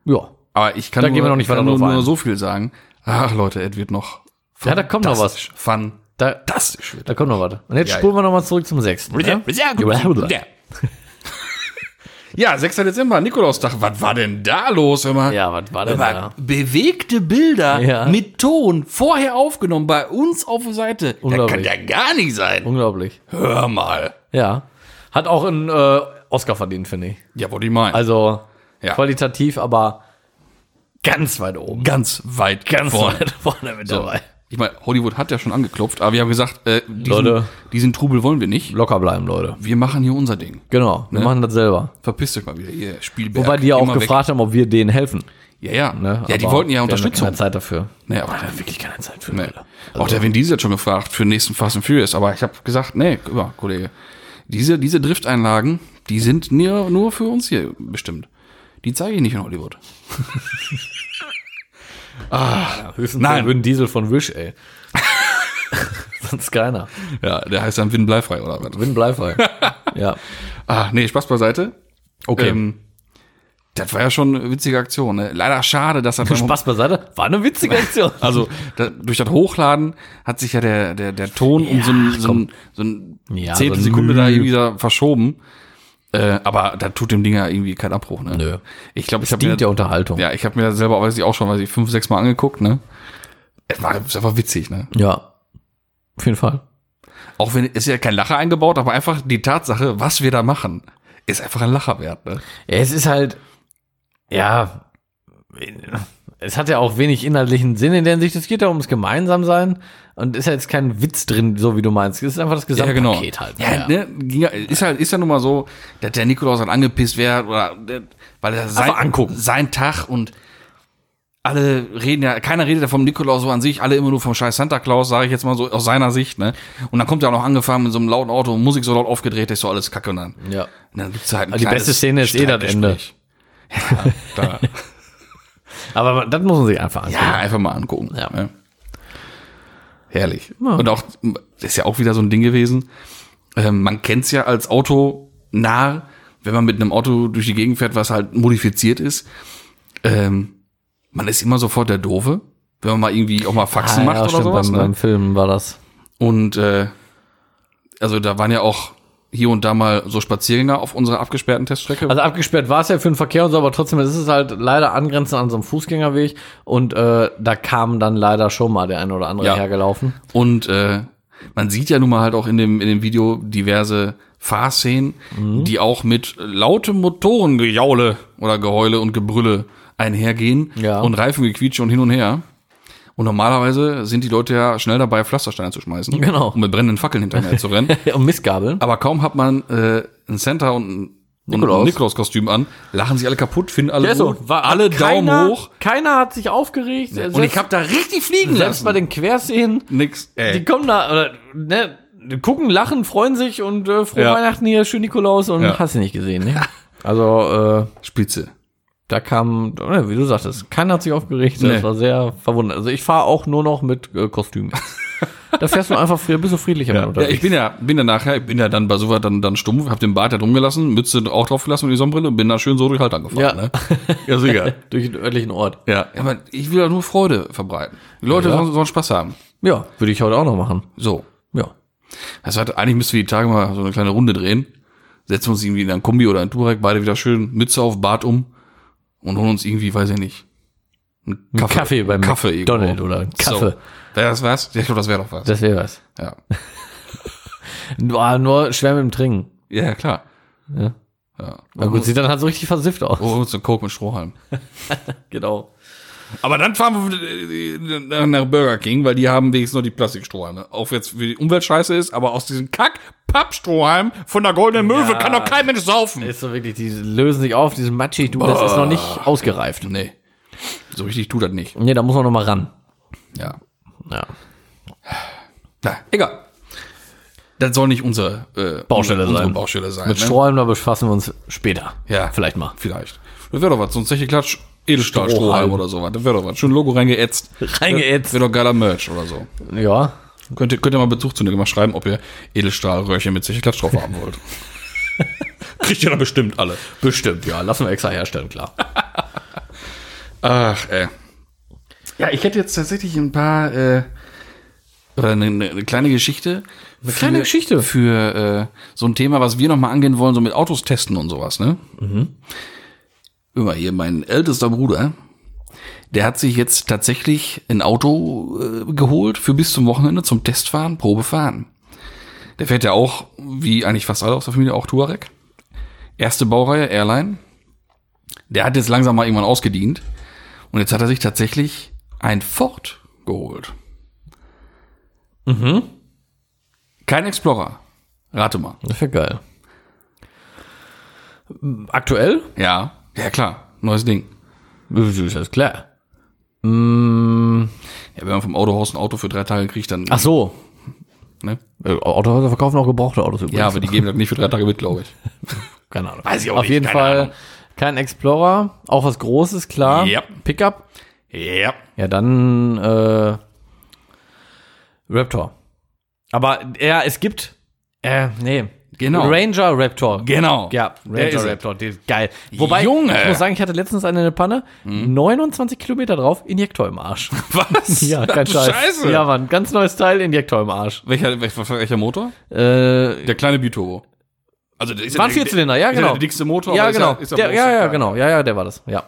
Speaker 2: Ja.
Speaker 1: Aber ich kann,
Speaker 2: Da
Speaker 1: nur,
Speaker 2: gehen wir noch nicht
Speaker 1: ich kann
Speaker 2: weiter
Speaker 1: nur,
Speaker 2: drauf ein.
Speaker 1: nur so viel sagen. Ach Leute, Ed wird noch
Speaker 2: Ja, da kommt noch was.
Speaker 1: fun.
Speaker 2: Da,
Speaker 1: Fantastisch.
Speaker 2: da kommt noch was. Und jetzt
Speaker 1: Ja,
Speaker 2: spulen wir nochmal zurück zum sechsten. ne?
Speaker 1: Ja. ja, 6. Dezember, Nikolaustag. Was war denn da los? Immer?
Speaker 2: Ja, was war denn
Speaker 1: Aber
Speaker 2: da?
Speaker 1: bewegte Bilder
Speaker 2: Genau. Ja.
Speaker 1: mit Ton vorher aufgenommen bei uns auf der Seite. Das kann
Speaker 2: Unglaublich.
Speaker 1: ja gar nicht sein.
Speaker 2: Unglaublich.
Speaker 1: Hör mal.
Speaker 2: Ja. Hat auch einen äh, Oscar verdient, finde ich.
Speaker 1: Ja, wollte ich meinen. Also
Speaker 2: Also
Speaker 1: Ja.
Speaker 2: qualitativ, aber ganz weit oben.
Speaker 1: ganz weit
Speaker 2: Ganz
Speaker 1: vorne.
Speaker 2: weit vorne mit dabei.
Speaker 1: Ich meine, Hollywood hat ja schon angeklopft, aber wir haben gesagt, äh, diesen,
Speaker 2: Leute.
Speaker 1: diesen Trubel wollen wir nicht.
Speaker 2: Locker bleiben, Leute.
Speaker 1: Wir machen hier unser Ding.
Speaker 2: Genau,
Speaker 1: Ne?
Speaker 2: wir machen das selber.
Speaker 1: Verpisst euch mal wieder, ihr Spielberg.
Speaker 2: Wobei die ja auch
Speaker 1: Immer weg.
Speaker 2: gefragt haben, ob wir denen helfen.
Speaker 1: Ja, ja.
Speaker 2: Ne?
Speaker 1: ja, die
Speaker 2: Aber
Speaker 1: wollten ja
Speaker 2: wir haben
Speaker 1: Unterstützung.
Speaker 2: Keine Zeit dafür.
Speaker 1: Nee, aber
Speaker 2: Da wirklich keine Zeit für.
Speaker 1: Nee. auch
Speaker 2: Also-
Speaker 1: der Vin Diesel hat schon gefragt für den nächsten Fast and Furious, aber ich habe gesagt, nee, guck mal, Kollege, diese, diese Drifteinlagen, die sind nur, nur für uns hier bestimmt. Die zeige ich nicht in Hollywood.
Speaker 2: Höchstens
Speaker 1: Nein.
Speaker 2: Nein. Diesel von Wish, ey. Sonst keiner.
Speaker 1: Ja, der heißt dann Vin Bleifrei oder was?
Speaker 2: Win Bleifall. ja.
Speaker 1: Ah, nee, Spaß beiseite.
Speaker 2: Okay.
Speaker 1: Ähm, das war ja schon eine witzige Aktion. Ne? Leider schade, dass er beim-
Speaker 2: Spaß beiseite. War eine witzige Aktion.
Speaker 1: Also da, durch das Hochladen hat sich ja der, der, der Ton um so ein, so ein, so ein
Speaker 2: Ja,
Speaker 1: Zehntelsekunde
Speaker 2: so ein
Speaker 1: da irgendwie da verschoben. Äh, aber da tut dem Ding ja irgendwie keinen Abbruch. Ne?
Speaker 2: Nö.
Speaker 1: Ich glaube, ich habe mir,
Speaker 2: Dient der Unterhaltung.
Speaker 1: ja, ich habe mir das selber, weiß ich auch schon, weiß ich fünf, sechs Mal angeguckt. Ne, es war einfach witzig. Ne,
Speaker 2: ja. Auf jeden Fall.
Speaker 1: auch wenn ist ja kein Lacher eingebaut, aber einfach die Tatsache, was wir da machen, ist einfach ein Lacher wert. Ne?
Speaker 2: Ja, es ist halt, ja, es hat ja auch wenig inhaltlichen Sinn in der Hinsicht. Es geht ja ums Gemeinsamsein und ist ja jetzt kein Witz drin, so wie du meinst. Es ist einfach das
Speaker 1: Ja,
Speaker 2: Gesamtpaket
Speaker 1: genau.
Speaker 2: halt.
Speaker 1: Ja, Ne, ging ja- ist halt, ist ja nun mal so, dass der Nikolaus dann angepisst wäre oder, der- weil er sein,
Speaker 2: Einfach angucken.
Speaker 1: sein Tag und alle reden ja, keiner redet ja vom Nikolaus so an sich, alle immer nur vom scheiß Santa Claus, sage ich jetzt mal so aus seiner Sicht, ne? Und dann kommt er auch noch angefahren mit so einem lauten Auto und Musik so laut aufgedreht, ist so alles kacke und dann.
Speaker 2: Ja.
Speaker 1: Und dann gibt's halt ein
Speaker 2: Also die beste
Speaker 1: kleines
Speaker 2: Szene ist eh das Ende.
Speaker 1: Streitgespräch. Ja, klar.
Speaker 2: Aber das muss man sich einfach angucken.
Speaker 1: ja, einfach mal angucken.
Speaker 2: Ja.
Speaker 1: ne? Herrlich. Und auch, das ist ja auch wieder so ein Ding gewesen. Ähm, man kennt's ja als Autonarr, wenn man mit einem Auto durch die Gegend fährt, was halt modifiziert ist. Ähm, man ist immer sofort der Doofe, wenn man mal irgendwie auch mal Faxen macht oder sowas.
Speaker 2: Ah, beim,
Speaker 1: ne?
Speaker 2: beim Film war das.
Speaker 1: Und äh, also da waren ja auch hier und da mal so Spaziergänger auf unserer abgesperrten Teststrecke.
Speaker 2: Also abgesperrt war es ja für den Verkehr und so, aber trotzdem es ist es halt leider angrenzend an so einem Fußgängerweg und äh, da kam dann leider schon mal der ein oder andere
Speaker 1: Ja.
Speaker 2: hergelaufen.
Speaker 1: Und äh, man sieht ja nun mal halt auch in dem, in dem Video diverse Fahrszenen,
Speaker 2: Mhm.
Speaker 1: die auch mit lautem Motorengejaule oder Geheule und Gebrülle einhergehen
Speaker 2: Ja.
Speaker 1: und Reifengequietsche und hin und her. Und normalerweise sind die Leute ja schnell dabei, Pflastersteine zu schmeißen.
Speaker 2: Genau.
Speaker 1: Und mit brennenden Fackeln hinterher zu rennen.
Speaker 2: Ja, Und Um Missgabeln.
Speaker 1: Aber kaum hat man äh, ein Center und ein und
Speaker 2: Nikolaus.
Speaker 1: ein Nikolaus-Kostüm an, lachen sich alle kaputt, finden alle gut,
Speaker 2: war
Speaker 1: alle Daumen hoch.
Speaker 2: Keiner hat sich aufgeregt. Selbst,
Speaker 1: Und ich hab da richtig fliegen
Speaker 2: selbst bei
Speaker 1: lassen.
Speaker 2: den Querszenen,
Speaker 1: Nix.
Speaker 2: die
Speaker 1: Ey.
Speaker 2: kommen da, oder, ne, die gucken, lachen, freuen sich und äh, frohe
Speaker 1: Ja.
Speaker 2: Weihnachten hier, schön Nikolaus und
Speaker 1: Ja.
Speaker 2: hast du nicht gesehen. Ne? Also äh,
Speaker 1: Spitze.
Speaker 2: da kam, äh, wie du sagtest, keiner hat sich aufgeregt. Das
Speaker 1: Nee.
Speaker 2: war sehr verwundert. Also ich fahre auch nur noch mit äh, Kostüm. da fährst du einfach früher, bist du friedlicher mit
Speaker 1: Ja,
Speaker 2: unterwegs.
Speaker 1: ich bin ja, bin ja nachher, ich bin ja dann bei sowas dann, dann stumpf, hab den Bart da drum gelassen, Mütze auch drauf gelassen und die Sonnenbrille und bin da schön so durch Halt
Speaker 2: Ja.
Speaker 1: angefahren. Ne? ja sicher.
Speaker 2: durch den örtlichen Ort.
Speaker 1: Ja, aber ich will ja nur Freude verbreiten. Die Leute
Speaker 2: Ja.
Speaker 1: sollen, sollen Spaß haben.
Speaker 2: Ja, würde ich heute auch noch machen.
Speaker 1: So.
Speaker 2: Ja.
Speaker 1: Das hat, eigentlich müssten wir die Tage mal so eine kleine Runde drehen. Setzen uns irgendwie in ein Kombi oder ein Touareg, beide wieder schön Mütze auf, Bart um und holen uns irgendwie, weiß ich nicht, einen Kaffee,
Speaker 2: Kaffee beim
Speaker 1: Kaffee irgendwo.
Speaker 2: McDonald oder einen Kaffee.
Speaker 1: So. Wäre das was? Ja, ich glaube, das wäre doch was.
Speaker 2: Das wäre was.
Speaker 1: ja.
Speaker 2: Boah, nur schwer mit dem Trinken.
Speaker 1: ja, klar.
Speaker 2: Ja.
Speaker 1: Ja.
Speaker 2: Na gut, sieht dann halt so richtig versifft aus.
Speaker 1: Oh, so ein Coke mit Strohhalm.
Speaker 2: Genau.
Speaker 1: Aber dann fahren wir äh, nach- nach Burger King, weil die haben wenigstens noch die Plastikstrohhalme. Auch jetzt für die Umwelt scheiße ist, aber aus diesem Kack Pappstrohhalm von der goldenen Möwe kann doch kein Mensch saufen.
Speaker 2: Ist so wirklich, die lösen sich auf, diese matschig, du, das ist noch nicht ausgereift.
Speaker 1: Nee. So richtig tut das nicht.
Speaker 2: Nee, da muss man noch mal ran.
Speaker 1: Ja.
Speaker 2: Ja.
Speaker 1: Na, egal. Das soll nicht unsere äh,
Speaker 2: Baustelle
Speaker 1: unsere
Speaker 2: sein.
Speaker 1: Baustelle sein.
Speaker 2: Mit
Speaker 1: ne?
Speaker 2: Strohhalm, da befassen wir uns später.
Speaker 1: Ja.
Speaker 2: Vielleicht mal.
Speaker 1: Vielleicht. Das wäre doch was. So ein Zeche Klatsch, Edelstahl-Strohhalm
Speaker 2: Strohhalm.
Speaker 1: oder sowas. Das wäre doch was. Schön Logo reingeätzt.
Speaker 2: Reingeätzt.
Speaker 1: Wäre doch geiler Merch oder so.
Speaker 2: Ja.
Speaker 1: Könnt ihr, könnt ihr mal Bezug zu mir mal schreiben, ob ihr Edelstahlröhrchen mit Zeche Klatsch drauf haben wollt. Kriegt ihr da bestimmt alle.
Speaker 2: Bestimmt, ja. Lassen wir extra herstellen, klar.
Speaker 1: Ach, ey. Ja, ich hätte jetzt tatsächlich ein paar, äh, oder eine, eine kleine Geschichte. Eine
Speaker 2: kleine Geschichte.
Speaker 1: Für äh, so ein Thema, was wir nochmal angehen wollen, so mit Autos testen und sowas, ne? Immer hier, mein ältester Bruder, der hat sich jetzt tatsächlich ein Auto äh, geholt für bis zum Wochenende zum Testfahren, Probefahren. Der fährt ja auch, wie eigentlich fast alle aus der Familie, auch Touareg. Erste Baureihe, Airline. Der hat jetzt langsam mal irgendwann ausgedient. Und jetzt hat er sich tatsächlich ein Ford geholt. Mhm. Kein Explorer. Rate mal.
Speaker 2: Das wäre geil. Aktuell?
Speaker 1: Ja. Ja, klar. Neues Ding.
Speaker 2: Das ist das klar.
Speaker 1: Hm. Ja, wenn man vom Autohaus ein Auto für drei Tage kriegt, dann.
Speaker 2: Ach so.
Speaker 1: Ne?
Speaker 2: Äh, Autohäuser verkaufen auch gebrauchte Autos übrigens.
Speaker 1: Ja, aber die geben das nicht für drei Tage mit, glaube ich.
Speaker 2: Keine Ahnung.
Speaker 1: Weiß ich auch
Speaker 2: Auf
Speaker 1: nicht,
Speaker 2: jeden
Speaker 1: keine
Speaker 2: Fall
Speaker 1: Ahnung.
Speaker 2: kein Explorer, auch was Großes, klar.
Speaker 1: Ja.
Speaker 2: Pickup.
Speaker 1: Ja.
Speaker 2: Ja, dann äh, Raptor. Aber ja, es gibt. Äh, nee.
Speaker 1: Genau.
Speaker 2: Ranger Raptor.
Speaker 1: Genau.
Speaker 2: Ja,
Speaker 1: Der ist
Speaker 2: Ranger
Speaker 1: es.
Speaker 2: Raptor, die ist geil. Wobei,
Speaker 1: Junge! Mhm.
Speaker 2: ich muss sagen, ich hatte letztens eine in der Panne, 29 Kilometer drauf, Injektor im Arsch.
Speaker 1: Was?
Speaker 2: Ja, kein Scheiß.
Speaker 1: Scheiße.
Speaker 2: Ja, Mann, ganz neues Teil, Injektor im Arsch.
Speaker 1: Welcher, welcher, welcher Motor?
Speaker 2: Äh,
Speaker 1: Der kleine Biturbo. Also, der ist
Speaker 2: Waren
Speaker 1: der-
Speaker 2: Vierzylinder, ja,
Speaker 1: ist
Speaker 2: genau.
Speaker 1: Der dickste Motor.
Speaker 2: ja,
Speaker 1: aber ist
Speaker 2: genau.
Speaker 1: Ist
Speaker 2: der, ja, ja,
Speaker 1: bloß-
Speaker 2: genau. Ja, ja, der war das. Ja.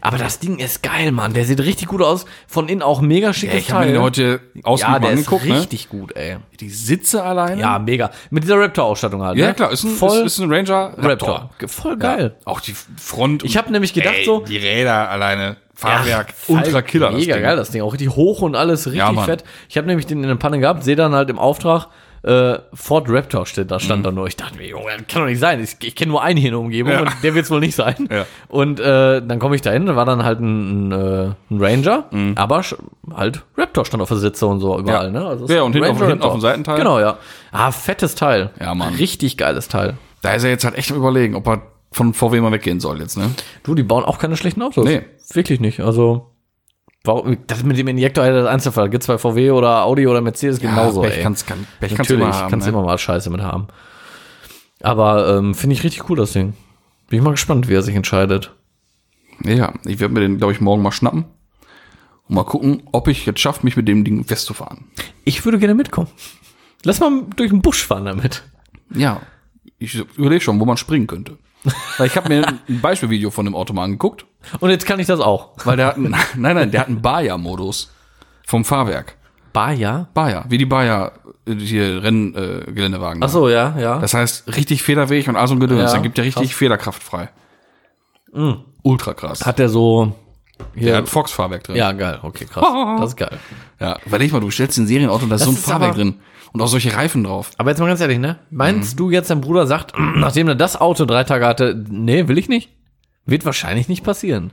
Speaker 2: Aber das Ding ist geil, Mann. Der sieht richtig gut aus. Von innen auch mega schickes
Speaker 1: Ich habe
Speaker 2: Teil.
Speaker 1: mir den heute ausgiebig
Speaker 2: ja,
Speaker 1: mal
Speaker 2: der
Speaker 1: angeguckt,
Speaker 2: ist
Speaker 1: ne?
Speaker 2: richtig gut, ey.
Speaker 1: Die Sitze alleine?
Speaker 2: Ja, mega. Mit dieser Raptor-Ausstattung halt.
Speaker 1: Ja,
Speaker 2: ne?
Speaker 1: klar, ist ein,
Speaker 2: Voll
Speaker 1: ist, ist ein Ranger
Speaker 2: Raptor. Ge- Voll geil.
Speaker 1: Ja, auch die Front.
Speaker 2: Ich habe nämlich gedacht so,
Speaker 1: die Räder alleine, Fahrwerk,
Speaker 2: Ach,
Speaker 1: ultra Killer.
Speaker 2: Mega geil, das Ding. Auch richtig hoch und alles richtig
Speaker 1: Ja, Mann.
Speaker 2: fett. Ich habe nämlich den in der Panne gehabt, sehe dann halt im Auftrag, äh, Ford Raptor steht, da stand da nur. Ich dachte mir, Junge, das kann doch nicht sein. Ich, ich kenne nur einen hier in der Umgebung
Speaker 1: Mhm. Ja.
Speaker 2: und der wird es wohl nicht sein.
Speaker 1: Ja.
Speaker 2: Und äh, dann komme ich da hin, da war dann halt ein, ein, äh, ein Ranger, aber sch- halt Raptor stand auf der Sitze und so überall.
Speaker 1: Mhm. Ja.
Speaker 2: Ne? Also es
Speaker 1: Ja,
Speaker 2: ist
Speaker 1: und
Speaker 2: ein
Speaker 1: hinten auf-
Speaker 2: Ranger
Speaker 1: hinten auf dem
Speaker 2: Raptor.
Speaker 1: Seitenteil.
Speaker 2: Genau, ja. Ah, fettes Teil.
Speaker 1: Ja, Mann.
Speaker 2: Richtig geiles Teil.
Speaker 1: Da ist er jetzt halt echt am überlegen, ob er von VW mal weggehen soll jetzt, ne?
Speaker 2: Du, die bauen auch keine schlechten Autos.
Speaker 1: Nee.
Speaker 2: Wirklich nicht. Also, warum, das mit dem Injektor ist das Einzelfall. Gibt bei VW oder Audi oder Mercedes genauso.
Speaker 1: Pech
Speaker 2: ey.
Speaker 1: kann's, kann, Pech kann's
Speaker 2: Natürlich,
Speaker 1: immer haben,
Speaker 2: kannst du
Speaker 1: ne?
Speaker 2: immer mal Scheiße mit haben. Aber ähm, finde ich richtig cool, das Ding. Bin ich mal gespannt, wie er sich entscheidet.
Speaker 1: Ja, ich werde mir den, glaube ich, morgen mal schnappen. Und mal gucken, ob ich jetzt schaffe, mich mit dem Ding festzufahren.
Speaker 2: Ich würde gerne mitkommen. Lass mal durch den Busch fahren damit.
Speaker 1: Ja, ich überlege schon, wo man springen könnte. Weil ich habe mir ein Beispielvideo von dem Auto mal angeguckt,
Speaker 2: Und jetzt kann ich das auch.
Speaker 1: weil der hat einen, nein, nein, der hat einen Baja-Modus vom Fahrwerk.
Speaker 2: Baja?
Speaker 1: Baja, wie die Baja, äh, hier Renngeländewagen. Äh, Geländewagen.
Speaker 2: Ach so, ja, ja.
Speaker 1: Das heißt, richtig Federweg und all so ein Gedöns.
Speaker 2: Ja, Mhm.
Speaker 1: dann gibt er richtig Federkraft frei. Ultra krass.
Speaker 2: hat der so.
Speaker 1: der hat Fox-Fahrwerk drin.
Speaker 2: Ja, geil. Okay, krass. Das ist geil.
Speaker 1: ja. Überleg mal, du stellst ein Serienauto und da ist so ein
Speaker 2: ist
Speaker 1: Fahrwerk
Speaker 2: aber-
Speaker 1: drin. Und auch solche Reifen drauf.
Speaker 2: Aber jetzt mal ganz ehrlich, ne? Meinst
Speaker 1: Mhm.
Speaker 2: du jetzt, dein Bruder sagt, nachdem er das Auto drei Tage hatte, nee, will ich nicht? Wird wahrscheinlich nicht passieren.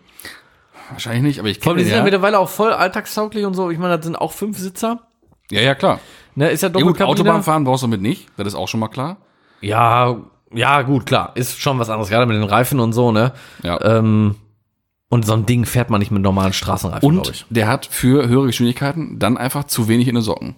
Speaker 1: Wahrscheinlich nicht, aber ich
Speaker 2: Vor
Speaker 1: kenne
Speaker 2: allem, die
Speaker 1: den
Speaker 2: sind ja
Speaker 1: ja.
Speaker 2: mittlerweile auch voll alltagstauglich und so. Ich meine, das sind auch fünf Sitzer.
Speaker 1: Ja, ja, klar.
Speaker 2: Ne, ist ja
Speaker 1: Ja, gut,
Speaker 2: Doppelkabine.
Speaker 1: Autobahn fahren brauchst du damit nicht. Das ist auch schon mal klar.
Speaker 2: Ja, ja, gut, klar. Ist schon was anderes, gerade mit den Reifen und so, ne?
Speaker 1: Ja.
Speaker 2: Ähm, und so ein Ding fährt man nicht mit normalen Straßenreifen, glaub
Speaker 1: und der hat für höhere Geschwindigkeiten dann einfach zu wenig in den Socken.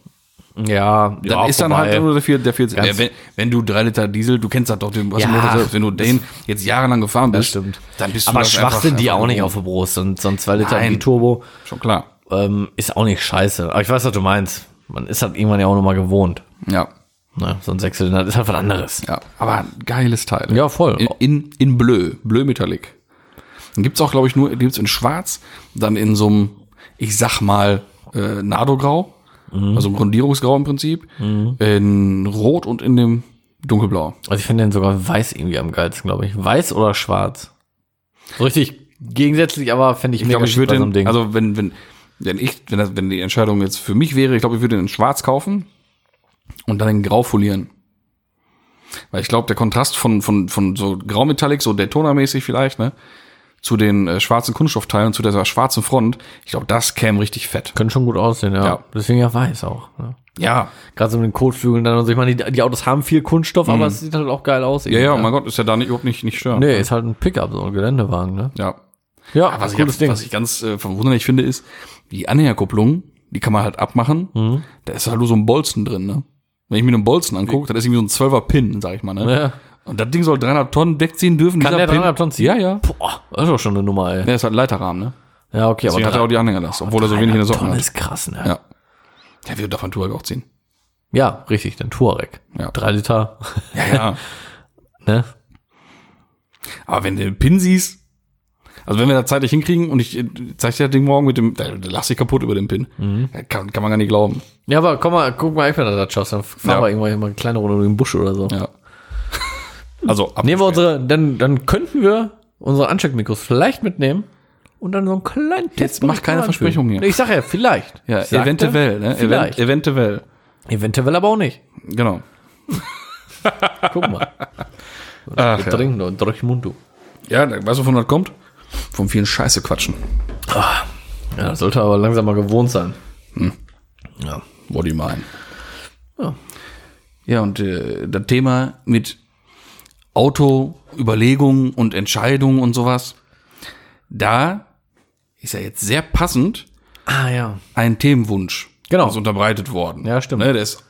Speaker 2: ich. Ja,
Speaker 1: Dann
Speaker 2: ja,
Speaker 1: ist dann
Speaker 2: vorbei.
Speaker 1: halt nur der 4, der 40.
Speaker 2: Ganz-
Speaker 1: Ja, wenn, wenn du 3 Liter Diesel, du kennst das doch, den, was
Speaker 2: Ja.
Speaker 1: du Motor selbst, wenn du den jetzt jahrelang gefahren bist,
Speaker 2: stimmt.
Speaker 1: dann bist du
Speaker 2: Aber
Speaker 1: das
Speaker 2: schwach
Speaker 1: einfach-
Speaker 2: sind die
Speaker 1: einfach
Speaker 2: auch nicht
Speaker 1: gewohnt.
Speaker 2: auf der Brust. Und so ein 2 Liter
Speaker 1: Nein.
Speaker 2: Turbo
Speaker 1: Schon klar.
Speaker 2: ähm, ist auch nicht scheiße. Aber ich weiß, was du meinst. Man ist halt irgendwann ja auch nochmal gewohnt.
Speaker 1: Ja,
Speaker 2: Ne? So ein Sechszylinder ist halt was anderes.
Speaker 1: ja. Aber ein geiles Teil.
Speaker 2: Ja, voll.
Speaker 1: In, in, in Bleu, Bleu Metallic. Dann gibt's auch, glaube ich, nur, gibt's in Schwarz, dann in so einem, ich sag mal, äh, Nadograu, also Grundierungsgrau im Prinzip, in Rot und in dem Dunkelblau.
Speaker 2: Also ich finde den sogar weiß irgendwie am geilsten, glaube ich. Weiß oder schwarz? So richtig gegensätzlich, aber fände ich,
Speaker 1: Ich
Speaker 2: mega
Speaker 1: glaube, ich
Speaker 2: schick
Speaker 1: würde
Speaker 2: bei so
Speaker 1: den,
Speaker 2: einem Ding.
Speaker 1: also wenn, wenn, wenn ich, wenn, das, wenn die Entscheidung jetzt für mich wäre, ich glaube, ich würde den in Schwarz kaufen und dann in Grau folieren. Weil ich glaube, der Kontrast von, von, von so Graumetallic, so Daytona-mäßig vielleicht, ne, zu den äh, schwarzen Kunststoffteilen, zu dieser schwarzen Front, ich glaube, das käme richtig fett.
Speaker 2: Können schon gut aussehen, ja.
Speaker 1: Ja.
Speaker 2: Deswegen ja weiß auch. Ne?
Speaker 1: Ja,
Speaker 2: Gerade so mit den Kotflügeln dann und so. Ich meine, die, die Autos haben viel Kunststoff, aber es sieht halt auch geil aus.
Speaker 1: Mhm. ja,
Speaker 2: irgendwie,
Speaker 1: ja, mein Gott, ist ja da nicht, überhaupt nicht, nicht störend.
Speaker 2: Nee, ist halt ein Pickup, so ein Geländewagen, ne?
Speaker 1: Ja.
Speaker 2: Ja,
Speaker 1: Was ich, was ich ganz äh, verwunderlich finde, ist, die Anhängerkupplung, die kann man halt abmachen.
Speaker 2: Mhm.
Speaker 1: Da ist halt nur so ein Bolzen drin, ne? Wenn ich mir einen Bolzen angucke, dann ist irgendwie so ein 12er Pin, sag ich mal, ne?
Speaker 2: Ja.
Speaker 1: Und das Ding soll 300 Tonnen wegziehen dürfen.
Speaker 2: Kann
Speaker 1: dieser
Speaker 2: der
Speaker 1: Pin-
Speaker 2: 300 Tonnen ziehen?
Speaker 1: Ja, ja.
Speaker 2: Boah, das ist doch schon eine Nummer, ey.
Speaker 1: Der ist halt ein Leiterrahmen, ne?
Speaker 2: Ja, okay,
Speaker 1: Deswegen hat er auch
Speaker 2: aber
Speaker 1: die Anhängerlast, obwohl er so wenig in der Socken
Speaker 2: Tonnen
Speaker 1: hat.
Speaker 2: ist krass, ne?
Speaker 1: Ja. Der wird davon Touareg auch ziehen.
Speaker 2: Ja, richtig, den Touareg.
Speaker 1: Ja.
Speaker 2: Drei Liter,
Speaker 1: Ja, ja.
Speaker 2: ne?
Speaker 1: Aber wenn du den Pin siehst, also wenn wir da zeitlich hinkriegen und ich äh, zeig dir das Ding morgen mit dem, da da lass ich kaputt über den Pin.
Speaker 2: Mhm.
Speaker 1: Ja, Kann, kann man gar nicht glauben.
Speaker 2: Ja, aber komm mal, guck mal, ich bin da das schaffst, dann fahren
Speaker 1: Ja.
Speaker 2: wir irgendwann mal eine kleine Runde durch den Busch oder so.
Speaker 1: Ja. Also, ab
Speaker 2: Nehmen wir unsere, dann, dann könnten wir unsere Ansteckmikros vielleicht mitnehmen und dann so einen kleinen Test.
Speaker 1: mach keine Versprechungen hier.
Speaker 2: Ich sag ja, vielleicht.
Speaker 1: Ja,
Speaker 2: Ich sagte,
Speaker 1: eventuell, ne?
Speaker 2: Vielleicht.
Speaker 1: Event, eventuell.
Speaker 2: eventuell aber auch nicht.
Speaker 1: Genau.
Speaker 2: Guck mal.
Speaker 1: Ach,
Speaker 2: Wir
Speaker 1: ja.
Speaker 2: trinken und Mundo.
Speaker 1: Äh, ja, da- weißt du, von was kommt? Vom vielen Scheiße quatschen.
Speaker 2: Ja, das sollte aber langsam mal gewohnt sein.
Speaker 1: Hm.
Speaker 2: Ja.
Speaker 1: What do you mean?
Speaker 2: Ja.
Speaker 1: Ja, und äh, das Thema mit Auto, Überlegungen und Entscheidungen und sowas, da ist ja jetzt sehr passend
Speaker 2: Ah ja.
Speaker 1: ein Themenwunsch.
Speaker 2: Genau.
Speaker 1: Ist unterbreitet worden.
Speaker 2: Ja, stimmt.
Speaker 1: Ne, der, ist,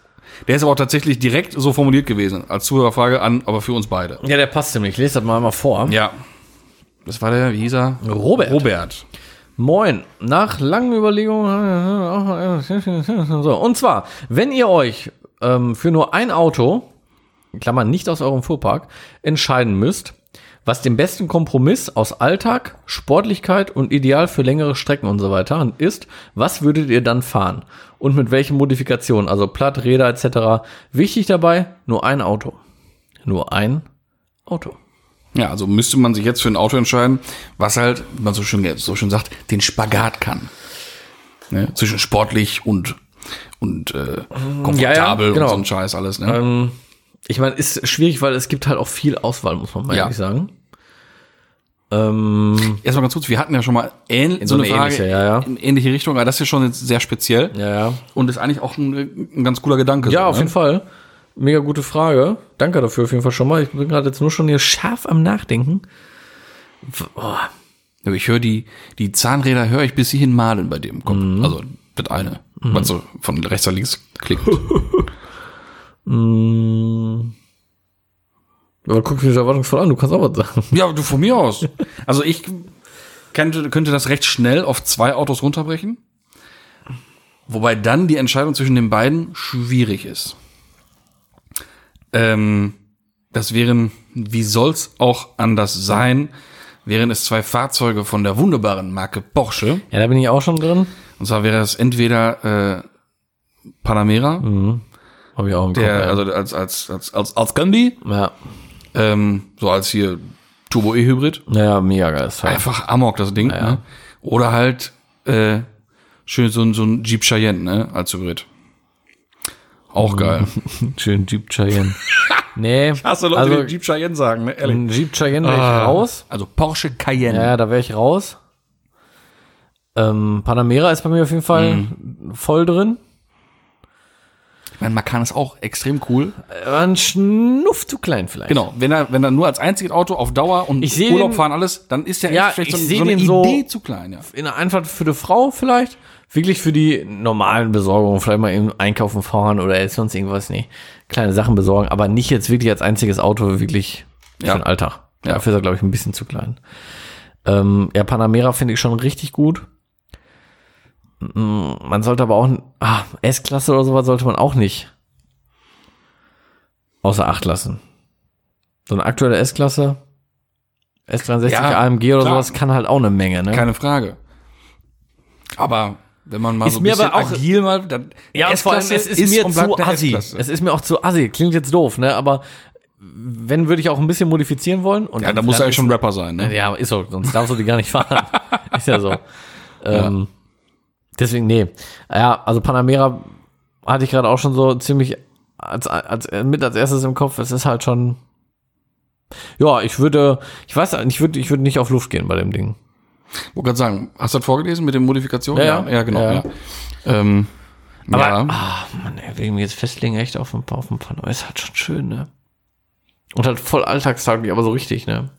Speaker 1: der ist aber auch tatsächlich direkt so formuliert gewesen, als Zuhörerfrage an, aber für uns beide.
Speaker 2: Ja, der passt nämlich. Ich lese das mal einmal vor.
Speaker 1: Ja. Das war der, wie hieß er?
Speaker 2: Robert.
Speaker 1: Robert.
Speaker 2: Moin, nach langen Überlegungen. So, und zwar, wenn ihr euch ähm, für nur ein Auto, in Klammern nicht aus eurem Fuhrpark, entscheiden müsst, was den besten Kompromiss aus Alltag, Sportlichkeit und ideal für längere Strecken und so weiter ist, was würdet ihr dann fahren? Und mit welchen Modifikationen, also Platt, Räder etc. Wichtig dabei, nur ein Auto. Nur ein Auto.
Speaker 1: Ja, also müsste man sich jetzt für ein Auto entscheiden, was halt, wie man so schön, so schön sagt, den Spagat kann. Ne? Zwischen sportlich und, und äh, komfortabel
Speaker 2: genau.
Speaker 1: und so ein Scheiß alles. Ne?
Speaker 2: Ähm, Ich meine, ist schwierig, weil es gibt halt auch viel Auswahl, muss man mal
Speaker 1: Ja.
Speaker 2: ehrlich sagen. Ähm,
Speaker 1: Erstmal ganz kurz, wir hatten ja schon mal ähn,
Speaker 2: so
Speaker 1: so eine
Speaker 2: eine
Speaker 1: Frage
Speaker 2: ähnliche, ja, ja.
Speaker 1: in ähnliche Richtung, aber das ist schon jetzt sehr speziell
Speaker 2: ja, ja.
Speaker 1: und ist eigentlich auch ein, ein ganz cooler Gedanke.
Speaker 2: Ja,
Speaker 1: so,
Speaker 2: auf
Speaker 1: ne?
Speaker 2: jeden Fall. Mega gute Frage. Danke dafür auf jeden Fall schon mal. Ich bin gerade jetzt nur schon hier scharf am Nachdenken.
Speaker 1: Aber Ich höre die, die Zahnräder höre ich bis hierhin malen bei dem Kopf.
Speaker 2: Mhm.
Speaker 1: Also das eine, was so von rechts nach links klickt.
Speaker 2: Aber guck mich erwartungsvoll an, du kannst auch was sagen.
Speaker 1: Ja, aber du von mir aus. Also ich könnte, könnte das recht schnell auf zwei Autos runterbrechen. Wobei dann die Entscheidung zwischen den beiden schwierig ist. Ähm, das wären, wie soll's auch anders sein, wären es zwei Fahrzeuge von der wunderbaren Marke Porsche.
Speaker 2: Ja, da bin ich auch schon drin.
Speaker 1: Und zwar wäre es entweder äh, Panamera,
Speaker 2: Habe ich auch im
Speaker 1: der,
Speaker 2: Kopf.
Speaker 1: also als, als, als, als, als Gandhi,
Speaker 2: ja.
Speaker 1: ähm, so als hier Turbo-E-Hybrid.
Speaker 2: Ja. ja, mega geiles Teil.
Speaker 1: einfach Amok, das Ding. Ne? Oder halt äh, schön so, ein- so ein Jeep Cheyenne, ne? Als Hybrid. Auch
Speaker 2: Mhm.
Speaker 1: geil.
Speaker 2: Schön Jeep Cheyenne. nee, also
Speaker 1: Jeep Cheyenne sagen, ne? Ehrlich.
Speaker 2: ein Jeep Cheyenne Ah. wäre ich raus.
Speaker 1: Also Porsche Cayenne.
Speaker 2: Ja, da wäre ich raus. Ähm, Panamera ist bei mir auf jeden Fall voll drin.
Speaker 1: Ich meine, Macan ist auch extrem cool.
Speaker 2: Äh, War ein Schnuff zu klein vielleicht.
Speaker 1: Genau, wenn er, wenn er nur als einziges Auto auf Dauer und
Speaker 2: Ich seh
Speaker 1: Urlaub
Speaker 2: den-
Speaker 1: fahren alles, dann ist ja,
Speaker 2: Ja,
Speaker 1: echt vielleicht
Speaker 2: ich
Speaker 1: so,
Speaker 2: seh
Speaker 1: so eine
Speaker 2: den so-
Speaker 1: Idee zu klein, ja.
Speaker 2: In der Einfahrt für die Frau vielleicht. Wirklich für die normalen Besorgungen. Vielleicht mal eben einkaufen fahren oder sonst irgendwas. Nee, kleine Sachen besorgen. Aber nicht jetzt wirklich als einziges Auto wirklich
Speaker 1: Ja.
Speaker 2: für den Alltag.
Speaker 1: Ja.
Speaker 2: Dafür ist er, glaube ich, ein bisschen zu klein. Ähm, ja, Panamera finde ich schon richtig gut. Mm, Man sollte aber auch, ah, S-Klasse oder sowas sollte man auch nicht außer Acht lassen. So eine aktuelle S-Klasse, S63
Speaker 1: Ja,
Speaker 2: AMG oder
Speaker 1: klar.
Speaker 2: sowas kann halt auch eine Menge, ne?
Speaker 1: Keine Frage. Aber wenn man mal
Speaker 2: Ist
Speaker 1: so ein
Speaker 2: mir
Speaker 1: bisschen
Speaker 2: aber auch-
Speaker 1: agil mal, dann
Speaker 2: Ja, und vor allem,
Speaker 1: S-Klasse
Speaker 2: es ist, mir
Speaker 1: und bleibt
Speaker 2: zu
Speaker 1: eine
Speaker 2: assi.
Speaker 1: S-Klasse.
Speaker 2: Es ist mir auch zu assi. Klingt jetzt doof, ne? Aber wenn, würde ich auch ein bisschen modifizieren wollen. Und
Speaker 1: Ja, da muss er
Speaker 2: dann
Speaker 1: eigentlich
Speaker 2: ist-
Speaker 1: schon Rapper sein, ne?
Speaker 2: Ja, ist so. Sonst darfst du die gar nicht fahren. ist ja so. Ähm, Deswegen, nee. Ja, also Panamera hatte ich gerade auch schon so ziemlich als, als, mit als erstes im Kopf. Es ist halt schon. Ja, ich würde, ich weiß, ich würde, ich würde nicht auf Luft gehen bei dem Ding.
Speaker 1: Ich wollte gerade sagen, hast du das vorgelesen mit den Modifikationen?
Speaker 2: Ja, ja.
Speaker 1: ja genau.
Speaker 2: Ja.
Speaker 1: Ja. Ähm,
Speaker 2: Aber,
Speaker 1: ja.
Speaker 2: ah, Mann, ey, wegen mir jetzt festlegen, echt auf dem, auf dem Pano. Ist halt schon schön, ne? Und halt voll alltagstaglich, aber so richtig, ne?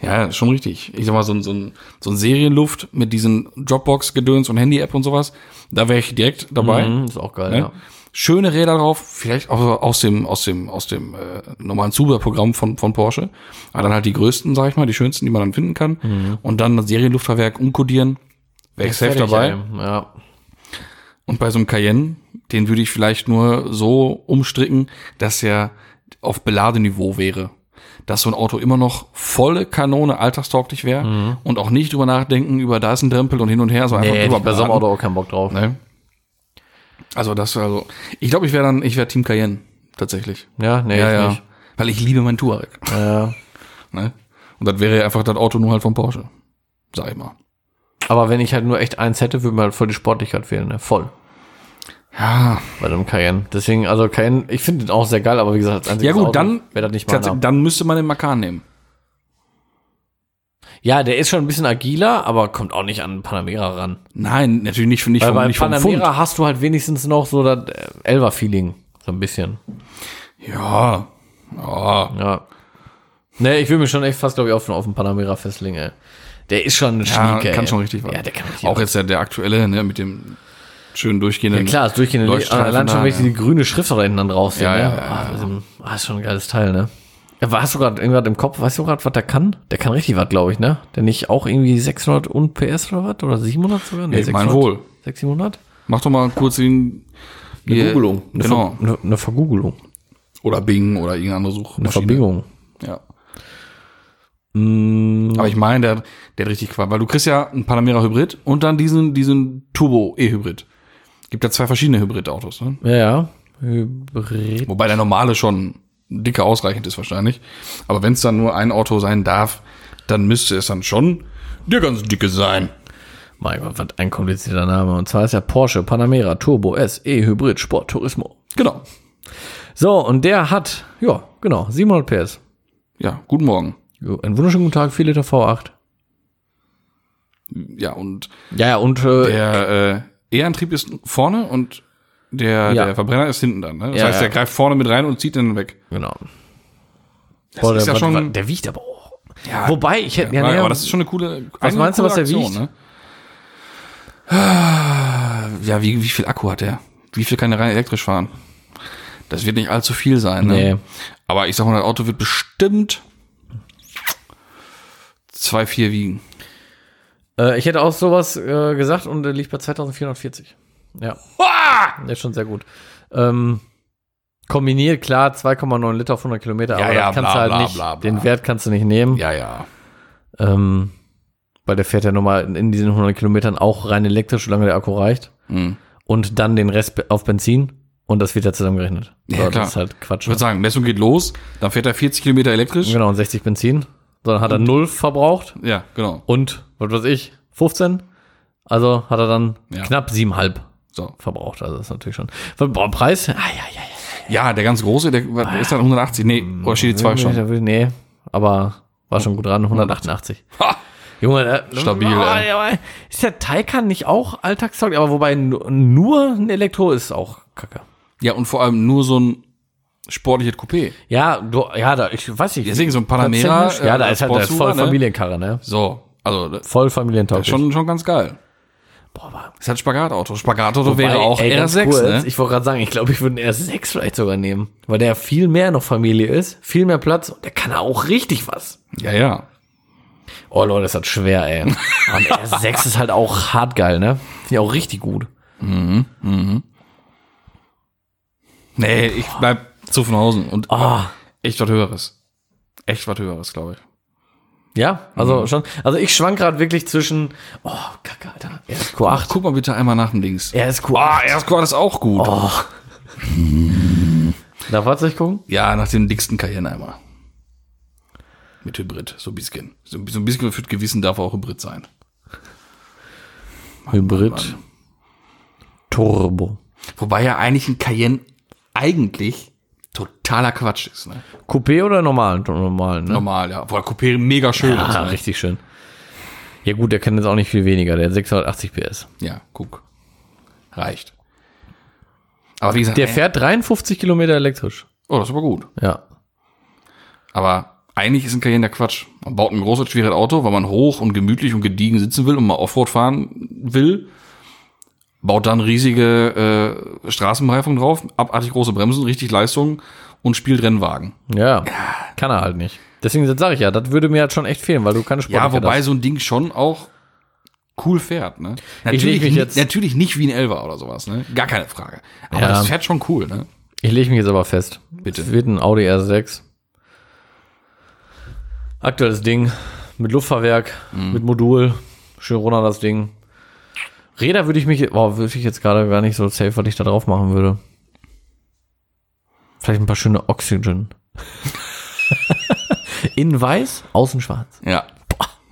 Speaker 1: ja, schon richtig. Ich sag mal, so, ein- so, ein, so ein Serienluft mit diesen Dropbox-Gedöns und Handy-App und sowas, da wäre ich direkt dabei.
Speaker 2: Mhm, ist auch geil,
Speaker 1: Ne?
Speaker 2: ja.
Speaker 1: Schöne Räder drauf, vielleicht auch aus dem, aus dem, aus dem äh, normalen Zubehörprogramm von, von Porsche. Aber dann halt die größten, sag ich mal, die schönsten, die man dann finden kann. Und dann das Serienluftfahrwerk umkodieren. Wäre ich safe
Speaker 2: Mhm. Fertig,
Speaker 1: dabei.
Speaker 2: ey. Ja.
Speaker 1: Und bei so einem Cayenne, den würde ich vielleicht nur so umstricken, dass er auf Beladeniveau wäre. Dass so ein Auto immer noch volle Kanone alltagstauglich wäre und auch nicht drüber nachdenken, über da ist ein Drempel und hin und her, so einfach
Speaker 2: Mhm. Nee,
Speaker 1: drüber
Speaker 2: bei so einem
Speaker 1: beladen.
Speaker 2: Auto auch keinen Bock drauf.
Speaker 1: Ne? Also das wäre also, ich glaube, ich wäre dann, ich wäre Team Cayenne, tatsächlich.
Speaker 2: Ja, nee, ich nicht.
Speaker 1: Weil ich liebe mein Touareg.
Speaker 2: Ja.
Speaker 1: Ne? Und das wäre ja einfach das Auto nur halt von Porsche. Sag ich mal.
Speaker 2: Aber wenn ich halt nur echt eins hätte, würde mir halt voll die Sportlichkeit fehlen, ne? Voll.
Speaker 1: Ja,
Speaker 2: Bei dem Cayenne. Deswegen, also Cayenne, ich finde den auch sehr geil, aber wie gesagt, als einziges
Speaker 1: ja gut,
Speaker 2: Auto
Speaker 1: dann,
Speaker 2: wäre das nicht
Speaker 1: tats-
Speaker 2: meiner.
Speaker 1: dann müsste man den Macan nehmen.
Speaker 2: Ja, der ist schon ein bisschen agiler, aber kommt auch nicht an Panamera ran.
Speaker 1: Nein, natürlich nicht, nicht,
Speaker 2: Weil
Speaker 1: vom,
Speaker 2: bei
Speaker 1: nicht vom Pfund.
Speaker 2: Panamera hast du halt wenigstens noch so das äh, Elver-Feeling. So ein bisschen.
Speaker 1: Ja. ja.
Speaker 2: Ja. Nee, ich will mich schon echt fast, glaube ich, auf, den- auf den Panamera festlegen, ey. Der ist schon ein
Speaker 1: Ja,
Speaker 2: Schnieke,
Speaker 1: kann
Speaker 2: ey.
Speaker 1: schon richtig was.
Speaker 2: Ja, der kann richtig
Speaker 1: Auch jetzt der, der aktuelle, ne, mit dem schönen durchgehenden.
Speaker 2: Ja, klar, ist durchgehend.
Speaker 1: Leuchtstreifen
Speaker 2: Allein schon,
Speaker 1: da,
Speaker 2: welche
Speaker 1: ja.
Speaker 2: die grüne Schrift da hinten dann drauf sind.
Speaker 1: Ja,
Speaker 2: ne?
Speaker 1: ja, ja,
Speaker 2: Ah, das ist ein- ah, ist schon ein geiles Teil, ne? Ja, war- Hast du gerade irgendwas im Kopf? Weißt du gerade, was der kann? Der kann richtig was, glaube ich, ne? Der nicht auch irgendwie 600 und PS oder was? Oder 700 sogar? Nee,
Speaker 1: Ich mein wohl.
Speaker 2: 600, 700?
Speaker 1: Mach doch mal kurz den. Eine
Speaker 2: Eine
Speaker 1: Genau.
Speaker 2: Ver eine, eine Vergoogelung.
Speaker 1: Oder Bing oder irgendeine andere
Speaker 2: Eine
Speaker 1: Suchmaschine.
Speaker 2: Verbingung.
Speaker 1: Ja.
Speaker 2: Mm.
Speaker 1: Aber ich meine, der, der hat richtig Quatsch. Weil du kriegst ja einen Panamera Hybrid und dann diesen, diesen Turbo-E-Hybrid. Gibt ja zwei verschiedene Hybrid-Autos, ne?
Speaker 2: Ja, ja. Hybrid.
Speaker 1: Wobei der normale schon dicker ausreichend ist wahrscheinlich. Aber wenn es dann nur ein Auto sein darf, dann müsste es dann schon der ganz dicke sein.
Speaker 2: Mein Gott, was ein komplizierter Name. Und zwar ist ja Porsche Panamera Turbo S E Hybrid Sport Turismo.
Speaker 1: Genau.
Speaker 2: So, und der hat, ja, genau, 700 PS.
Speaker 1: Ja, guten Morgen.
Speaker 2: Jo, Einen wunderschönen guten Tag, 4 Liter V8.
Speaker 1: Ja, und
Speaker 2: Ja, ja, und äh,
Speaker 1: der äh, E-Antrieb ist vorne und der,
Speaker 2: Ja.
Speaker 1: der Verbrenner ist hinten dann. Ne? Das
Speaker 2: Ja,
Speaker 1: heißt,
Speaker 2: ja.
Speaker 1: der greift vorne mit rein und zieht den weg.
Speaker 2: genau. Boah,
Speaker 1: ist
Speaker 2: der,
Speaker 1: ja
Speaker 2: war-
Speaker 1: schon-
Speaker 2: der wiegt aber auch. Wobei, ich hätte
Speaker 1: Ja,
Speaker 2: ja,
Speaker 1: aber das ist schon eine coole
Speaker 2: Was meinst du,
Speaker 1: coole
Speaker 2: was der wiegt?
Speaker 1: ne? Ah, Ja, wie, wie viel Akku hat der? Wie viel kann der rein elektrisch fahren? Das wird nicht allzu viel sein. Ne?
Speaker 2: Nee.
Speaker 1: Aber ich sag mal, das Auto wird bestimmt 2,4 wiegen.
Speaker 2: Äh, ich hätte auch sowas äh, gesagt und äh, liegt bei 2440. Ja. Ist schon sehr gut. Ähm, kombiniert, klar, 2,9 Liter auf 100 Kilometer,
Speaker 1: Ja,
Speaker 2: aber
Speaker 1: ja,
Speaker 2: das
Speaker 1: bla,
Speaker 2: kannst du halt
Speaker 1: bla,
Speaker 2: nicht,
Speaker 1: bla, bla.
Speaker 2: den Wert kannst du nicht nehmen.
Speaker 1: Ja, ja.
Speaker 2: Ähm, weil der fährt ja nochmal in, in diesen 100 Kilometern auch rein elektrisch, solange der Akku reicht.
Speaker 1: Mhm.
Speaker 2: Und dann den Rest be- auf Benzin und das wird ja zusammengerechnet.
Speaker 1: Ja,
Speaker 2: So,
Speaker 1: klar.
Speaker 2: Das ist halt Quatsch.
Speaker 1: Ich würde sagen, Messung geht los, dann fährt er 40 Kilometer elektrisch.
Speaker 2: Genau, und 60 Benzin. Sondern hat er null verbraucht
Speaker 1: Ja, genau.
Speaker 2: und, was weiß ich, 15. Also hat er dann
Speaker 1: Ja.
Speaker 2: knapp 7,5
Speaker 1: So.
Speaker 2: verbraucht. Also das ist natürlich schon. Boah, Preis? Ah, ja, ja, ja.
Speaker 1: Ja, der ganz große, der was ist dann 180. Nee,
Speaker 2: Ah.
Speaker 1: oh, oder steht die 2 schon?
Speaker 2: Da will- Nee, aber war schon gut dran. 188.
Speaker 1: Ha!
Speaker 2: Junge, da,
Speaker 1: Stabil,
Speaker 2: Oh,
Speaker 1: ey.
Speaker 2: ja, ist der Taycan nicht auch alltagstauglich? Aber wobei nu- nur ein Elektro ist auch kacke.
Speaker 1: Ja, und vor allem nur so ein sportliches Coupé.
Speaker 2: Ja, du, ja, da, ich weiß nicht.
Speaker 1: Deswegen so ein Panamera,
Speaker 2: Tatsächlich, Ja, da
Speaker 1: äh,
Speaker 2: ist halt da ist voll
Speaker 1: Sportsucher, ne?
Speaker 2: Familienkarre, ne?
Speaker 1: So, also das
Speaker 2: Voll familientauglich.
Speaker 1: ist schon, schon ganz geil.
Speaker 2: Boah, aber-
Speaker 1: Ist halt Spagatauto. Spagatauto wäre
Speaker 2: Wobei,
Speaker 1: auch
Speaker 2: ey, ganz
Speaker 1: R6,
Speaker 2: kurz,
Speaker 1: ne?
Speaker 2: Ich wollte gerade sagen, ich glaube, ich würde einen R6 vielleicht sogar nehmen, weil der viel mehr noch Familie ist, viel mehr Platz und der kann auch richtig was.
Speaker 1: ja, ja.
Speaker 2: Oh Leute, ist das schwer, ey. Und R6 ist halt auch hart geil, ne? Finde ich auch richtig gut.
Speaker 1: Nee, ich bleib Zuffenhausen und
Speaker 2: Ah.
Speaker 1: echt was Höheres. Echt was Höheres, glaube ich.
Speaker 2: Ja, also schon. Also ich schwank gerade wirklich zwischen, oh, Kacke, Alter. RSQ8.
Speaker 1: Guck mal bitte einmal nach dem Links.
Speaker 2: RSQ8.
Speaker 1: Ah, Ersquad ist auch gut.
Speaker 2: Oh. Darf Fahrzeug gucken?
Speaker 1: Ja, nach dem dicksten Cayenne einmal. Mit Hybrid, so ein bisschen. So, so ein bisschen für das Gewissen darf auch Hybrid sein.
Speaker 2: Hybrid. Turbo.
Speaker 1: Wobei ja eigentlich ein Cayenne eigentlich totaler Quatsch ist. Ne?
Speaker 2: Coupé oder normal? Normal, ne?
Speaker 1: Normal, ja. Obwohl Coupé mega schön ist.
Speaker 2: Ah,
Speaker 1: Ne?
Speaker 2: richtig schön. Ja gut, der kann jetzt auch nicht viel weniger. Der hat 680 PS.
Speaker 1: Ja, guck. Reicht. Aber wie gesagt,
Speaker 2: Der
Speaker 1: ey,
Speaker 2: fährt 53 Kilometer elektrisch.
Speaker 1: oh, das ist aber gut.
Speaker 2: Ja.
Speaker 1: Aber eigentlich ist ein Cayenne der Quatsch. Man baut ein großes, schweres Auto, weil man hoch und gemütlich und gediegen sitzen will und mal Offroad fahren will. Baut dann riesige äh, Straßenbereifung drauf, abartig große Bremsen, richtig Leistung und spielt Rennwagen.
Speaker 2: Ja. Kann er halt nicht. Deswegen sage ich ja, das würde mir halt schon echt fehlen, weil du keine Sport
Speaker 1: Ja, wobei so ein Ding schon auch cool fährt, ne? Natürlich,
Speaker 2: leg mich
Speaker 1: nicht-
Speaker 2: jetzt-
Speaker 1: natürlich nicht wie ein Elva oder sowas, ne? Gar keine Frage. Aber
Speaker 2: Ja.
Speaker 1: das fährt schon cool, ne?
Speaker 2: Ich lege mich jetzt aber fest.
Speaker 1: Bitte.
Speaker 2: Es wird ein Audi R6. Aktuelles Ding. Mit Luftfahrwerk, mit Modul. Schön runter das Ding. Räder würde ich mich, boah, würde ich jetzt gerade gar nicht so safe, was ich da drauf machen würde. Vielleicht ein paar schöne Oxygen. Innen weiß, außen schwarz.
Speaker 1: Ja.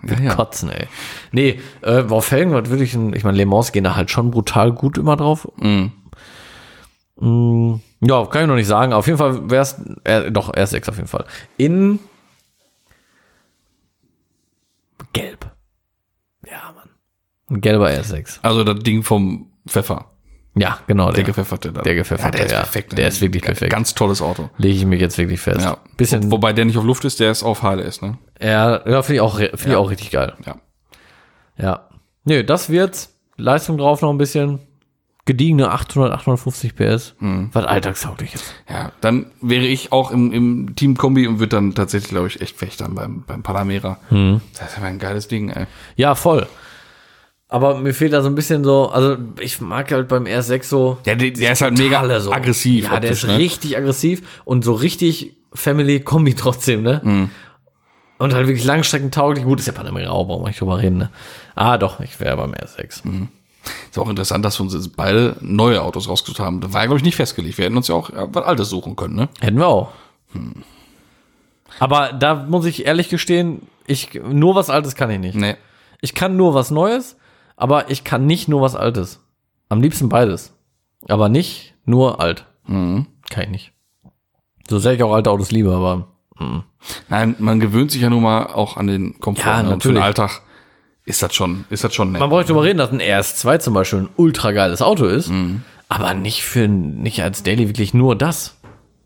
Speaker 1: Ja, ja.
Speaker 2: Kotzen, ey. Nee, äh, boah, Felgen, was würde ich denn, ich meine, Le Mans gehen da halt schon brutal gut immer drauf.
Speaker 1: Mhm.
Speaker 2: Mm, Ja, kann ich noch nicht sagen. Auf jeden Fall wäre es, äh, doch, R6 auf jeden Fall. In Gelb. Ja, Mann. Ein gelber R6.
Speaker 1: Also das Ding vom Pfeffer.
Speaker 2: Ja, genau.
Speaker 1: Der
Speaker 2: Der,
Speaker 1: gepfefferte. da.
Speaker 2: der gepfefferte,
Speaker 1: Ja, der ist
Speaker 2: ja.
Speaker 1: perfekt. ne?
Speaker 2: Der ist wirklich
Speaker 1: Ganz-
Speaker 2: perfekt.
Speaker 1: Ganz tolles Auto.
Speaker 2: lege ich mich jetzt wirklich fest.
Speaker 1: Ja.
Speaker 2: Bisschen,
Speaker 1: Wobei der nicht auf Luft ist, der ist auf HLS, ne?
Speaker 2: ja, ja finde ich, auch, re- find ich auch richtig geil.
Speaker 1: Ja.
Speaker 2: Ja. Nö, das wird's. Leistung drauf noch ein bisschen. Gediegene 800, 850 PS. Was alltagstauglich ist.
Speaker 1: Ja, dann wäre ich auch im, im Team-Kombi und würde dann tatsächlich, glaube ich, echt fechtern beim, beim Panamera.
Speaker 2: Hm.
Speaker 1: Das ist aber ein geiles Ding, ey.
Speaker 2: Ja, voll. Aber mir fehlt da so ein bisschen so, also ich mag halt beim R6 so.
Speaker 1: Der, der, der ist halt mega
Speaker 2: alle so.
Speaker 1: aggressiv.
Speaker 2: Ja, der
Speaker 1: optisch,
Speaker 2: ist
Speaker 1: ne?
Speaker 2: richtig aggressiv und so richtig Family-Kombi trotzdem, ne?
Speaker 1: Mhm.
Speaker 2: Und halt wirklich langstreckentauglich. Gut, ist ja Panamera auch, brauchen wir nicht drüber reden, ne? Ah, doch, ich wäre beim R6.
Speaker 1: Mhm. Ist auch interessant, dass wir uns jetzt beide neue Autos rausgesucht haben. Das war, glaube ich, nicht festgelegt. Wir hätten uns ja auch äh, was Altes suchen können, ne?
Speaker 2: Hätten wir auch.
Speaker 1: Mhm.
Speaker 2: Aber da muss ich ehrlich gestehen, ich, nur was Altes kann ich nicht.
Speaker 1: Nee.
Speaker 2: Ich kann nur was Neues, aber ich kann nicht nur was Altes. Am liebsten beides. Aber nicht nur alt.
Speaker 1: Mhm.
Speaker 2: Kann ich nicht. So sehr ich auch alte Autos liebe, aber
Speaker 1: Nein, man gewöhnt sich ja nun mal auch an den Komfort.
Speaker 2: Ja,
Speaker 1: ne? Und für den
Speaker 2: natürlich.
Speaker 1: Alltag ist das schon, ist das schon nett.
Speaker 2: man braucht nicht drüber reden, dass ein RS2 zum Beispiel ein ultra geiles Auto ist,
Speaker 1: Mhm.
Speaker 2: aber nicht für, nicht als Daily wirklich nur das.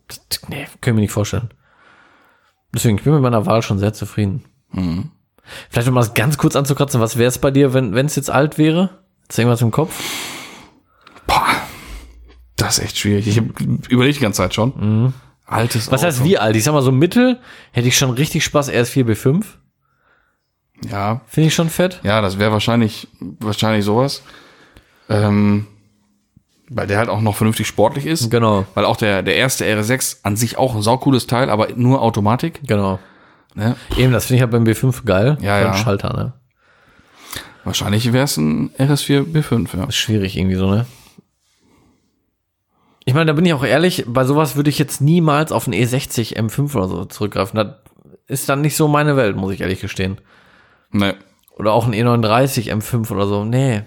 Speaker 2: das nee, können wir nicht vorstellen. Deswegen, ich bin mit meiner Wahl schon sehr zufrieden.
Speaker 1: Mhm.
Speaker 2: Vielleicht um das ganz kurz anzukratzen, was wäre es bei dir, wenn es jetzt alt wäre? Hast du irgendwas im Kopf?
Speaker 1: Boah, das ist echt schwierig. Ich überlege die ganze Zeit schon. Altes
Speaker 2: Mhm. Was heißt wie alt? Ich sag mal so Mittel, hätte ich schon richtig Spaß, RS4 B5.
Speaker 1: Ja,
Speaker 2: Finde ich schon fett.
Speaker 1: ja, das wäre wahrscheinlich, wahrscheinlich sowas. Ähm, weil der halt auch noch vernünftig sportlich ist.
Speaker 2: Genau.
Speaker 1: Weil auch der, der erste R6 an sich auch ein saucooles Teil, aber nur Automatik.
Speaker 2: Genau.
Speaker 1: Ne?
Speaker 2: Eben, das finde ich halt beim B5 geil.
Speaker 1: Ja,
Speaker 2: beim
Speaker 1: ja.
Speaker 2: Schalter, ne?
Speaker 1: Wahrscheinlich wäre es ein RS4 B5, ja.
Speaker 2: Ist schwierig irgendwie so, ne? Ich meine, da bin ich auch ehrlich, bei sowas würde ich jetzt niemals auf einen E E60 M5 oder so zurückgreifen. Das ist dann nicht so meine Welt, muss ich ehrlich gestehen.
Speaker 1: Ne.
Speaker 2: Oder auch ein E E39 M5 oder so. Nee.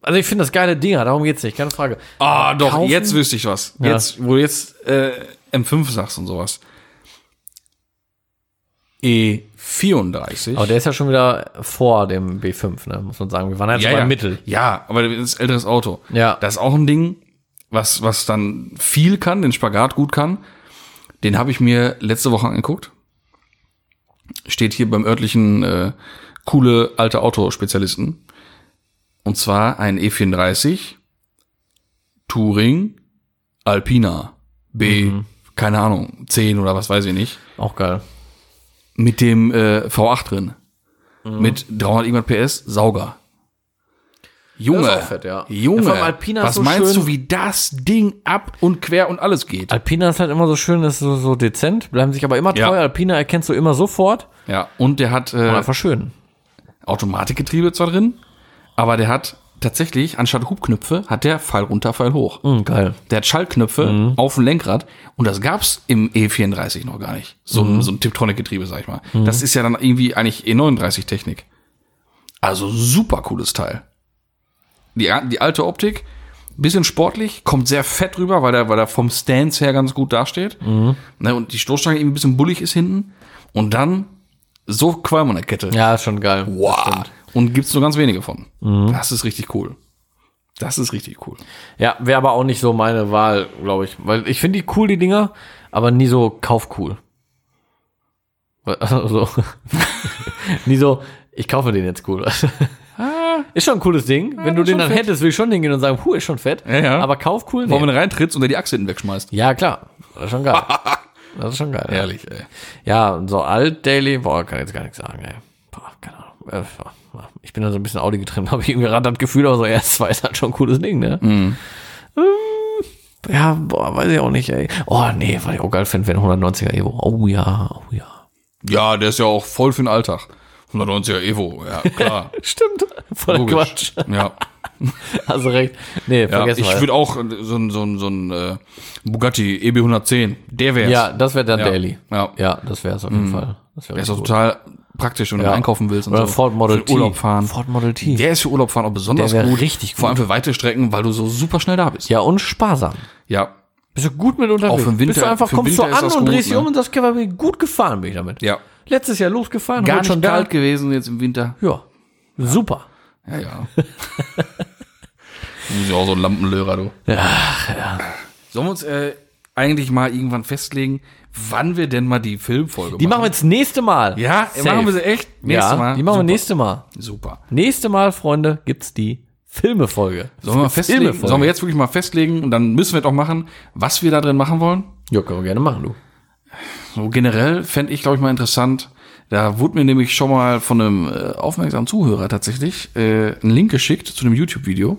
Speaker 2: Also ich finde das geile Dinger, darum geht's nicht, keine Frage.
Speaker 1: Ah, doch,
Speaker 2: Kaufen?
Speaker 1: jetzt wüsste ich was.
Speaker 2: Ja.
Speaker 1: Jetzt, wo du jetzt äh, M5 sagst und sowas. E E34.
Speaker 2: Aber der ist ja schon wieder vor dem B5, ne? Muss man sagen. Wir waren jetzt bei Mittel.
Speaker 1: Ja, aber das ist ein älteres Auto.
Speaker 2: Ja.
Speaker 1: Das ist auch ein Ding, was, was dann viel kann, den Spagat gut kann. Den habe ich mir letzte Woche angeguckt. Steht hier beim örtlichen äh, coole alte Autospezialisten. Und zwar ein E34 Touring Alpina B, keine Ahnung, 10 oder was weiß ich nicht
Speaker 2: Auch geil.
Speaker 1: mit dem äh, V8 drin.
Speaker 2: Mhm.
Speaker 1: Mit 300 irgendwas PS, Sauger. Junge,
Speaker 2: Das ist auch fett, ja. Ja, vor
Speaker 1: Junge,
Speaker 2: allem Alpina ist
Speaker 1: was
Speaker 2: so
Speaker 1: meinst
Speaker 2: schön-
Speaker 1: du, wie das Ding ab und quer und alles geht?
Speaker 2: Alpina ist halt immer so schön, ist so, so dezent, bleiben sich aber immer
Speaker 1: Ja.
Speaker 2: treu. Alpina erkennst du immer sofort.
Speaker 1: Ja, und der hat
Speaker 2: Und
Speaker 1: äh,
Speaker 2: einfach schön.
Speaker 1: Automatikgetriebe zwar drin, aber der hat tatsächlich, anstatt Hubknöpfe, hat der Pfeil runter, Pfeil hoch.
Speaker 2: Mhm, geil.
Speaker 1: Der hat Schallknöpfe
Speaker 2: Mhm.
Speaker 1: auf dem Lenkrad und das gab's im E34 noch gar nicht. So
Speaker 2: Mhm.
Speaker 1: ein, so ein Tiptronic-Getriebe, sag ich mal. Das ist ja dann irgendwie eigentlich E39-Technik. Also super cooles Teil. Die, a- die alte Optik, bisschen sportlich, kommt sehr fett rüber, weil der, weil der vom Stance her ganz gut dasteht.
Speaker 2: Mhm.
Speaker 1: Ne, und die Stoßstange irgendwie ein bisschen bullig ist hinten. Und dann so Qualm an der Kette.
Speaker 2: Ja, ist schon geil.
Speaker 1: Wow. Und gibt's nur ganz wenige von. Das ist richtig cool. Das ist richtig cool.
Speaker 2: Mhm. Ja, wäre aber auch nicht so meine Wahl, glaube ich. Weil ich finde die cool, die Dinger, aber nie so kaufcool. Weil- Also, nie so, ich kaufe den jetzt cool. ist schon ein cooles Ding. Wenn du den dann hättest, würde ich schon hingehen und sagen, puh, ist schon fett.
Speaker 1: Ja, ja.
Speaker 2: Aber kaufcool?
Speaker 1: Vor allem,
Speaker 2: Nee.
Speaker 1: wenn du reintrittst und dir die Achse hinten wegschmeißt.
Speaker 2: Ja, klar. Das ist schon geil. das ist schon geil. ja.
Speaker 1: Ehrlich, ey.
Speaker 2: Ja, und so alt Daily, boah, kann ich jetzt gar nichts sagen, ey. Boah, keine Ahnung. Äh, boah, Ich bin da so ein bisschen Audi getrimmt, habe ich irgendwie gerade das Gefühl, aber so RS2 ist halt schon ein cooles Ding, ne?
Speaker 1: Mhm.
Speaker 2: Ähm, Ja, boah, weiß ich auch nicht, ey. Oh, nee, weil ich auch geil finde, wenn 190er Evo. Oh ja, oh ja.
Speaker 1: Ja, der ist ja auch voll für den Alltag. 190er Evo, ja, klar.
Speaker 2: Stimmt. Voll
Speaker 1: Logisch.
Speaker 2: Quatsch.
Speaker 1: Ja,
Speaker 2: Hast du recht. Nee,
Speaker 1: ja.
Speaker 2: vergessen
Speaker 1: ich
Speaker 2: wir.
Speaker 1: würde auch äh, so ein, so ein, so ein äh, Bugatti EB 110, der wär's.
Speaker 2: Ja, das wäre dann
Speaker 1: Ja.
Speaker 2: Daily.
Speaker 1: Ja. Mhm.
Speaker 2: Ja, das wäre es auf jeden Fall. Das wäre
Speaker 1: Der ist auch total praktisch, wenn du
Speaker 2: Ja.
Speaker 1: einkaufen willst und
Speaker 2: Oder
Speaker 1: so.
Speaker 2: Ford Model
Speaker 1: für
Speaker 2: T.
Speaker 1: den Urlaub fahren.
Speaker 2: Ford Model T.
Speaker 1: Der ist für Urlaub fahren auch besonders
Speaker 2: Der wär
Speaker 1: gut.
Speaker 2: richtig gut.
Speaker 1: Vor allem für weite Strecken, weil du so super schnell da bist.
Speaker 2: Ja, und sparsam.
Speaker 1: Ja.
Speaker 2: Bist du gut mit unterwegs?
Speaker 1: Auch für den Winter-
Speaker 2: Bist du einfach,
Speaker 1: für den
Speaker 2: kommst
Speaker 1: Winter ist
Speaker 2: du an
Speaker 1: das
Speaker 2: und
Speaker 1: gut,
Speaker 2: drehst dich
Speaker 1: ne?
Speaker 2: um und sagst, "Okay, bin gut gefahren bin ich damit.
Speaker 1: Ja.
Speaker 2: Letztes Jahr losgefahren,
Speaker 1: Gar
Speaker 2: heute
Speaker 1: nicht
Speaker 2: schon
Speaker 1: kalt gewesen jetzt im Winter.
Speaker 2: Da. Ja. Super.
Speaker 1: Ja, ja. du bist ja auch so ein Lampenlöhrer, du. Ja, ja. Sollen wir uns äh, eigentlich mal irgendwann festlegen, wann wir denn mal die Filmfolge
Speaker 2: Die machen wir jetzt nächste Mal.
Speaker 1: Ja, äh,
Speaker 2: Safe.
Speaker 1: machen wir sie echt nächstes
Speaker 2: ja,
Speaker 1: Mal.
Speaker 2: Die machen wir
Speaker 1: Super.
Speaker 2: nächste Mal.
Speaker 1: Super.
Speaker 2: Nächste Mal, Freunde, gibt's die Filmefolge.
Speaker 1: Sollen wir, mal festlegen,
Speaker 2: Filmefolge.
Speaker 1: sollen wir jetzt wirklich mal festlegen und dann müssen wir doch machen, was wir da drin machen wollen?
Speaker 2: Ja, können wir gerne machen, du.
Speaker 1: So generell fände ich, glaube ich, mal interessant. Da wurde mir nämlich schon mal von einem äh, aufmerksamen Zuhörer tatsächlich äh, einen Link geschickt zu einem YouTube-Video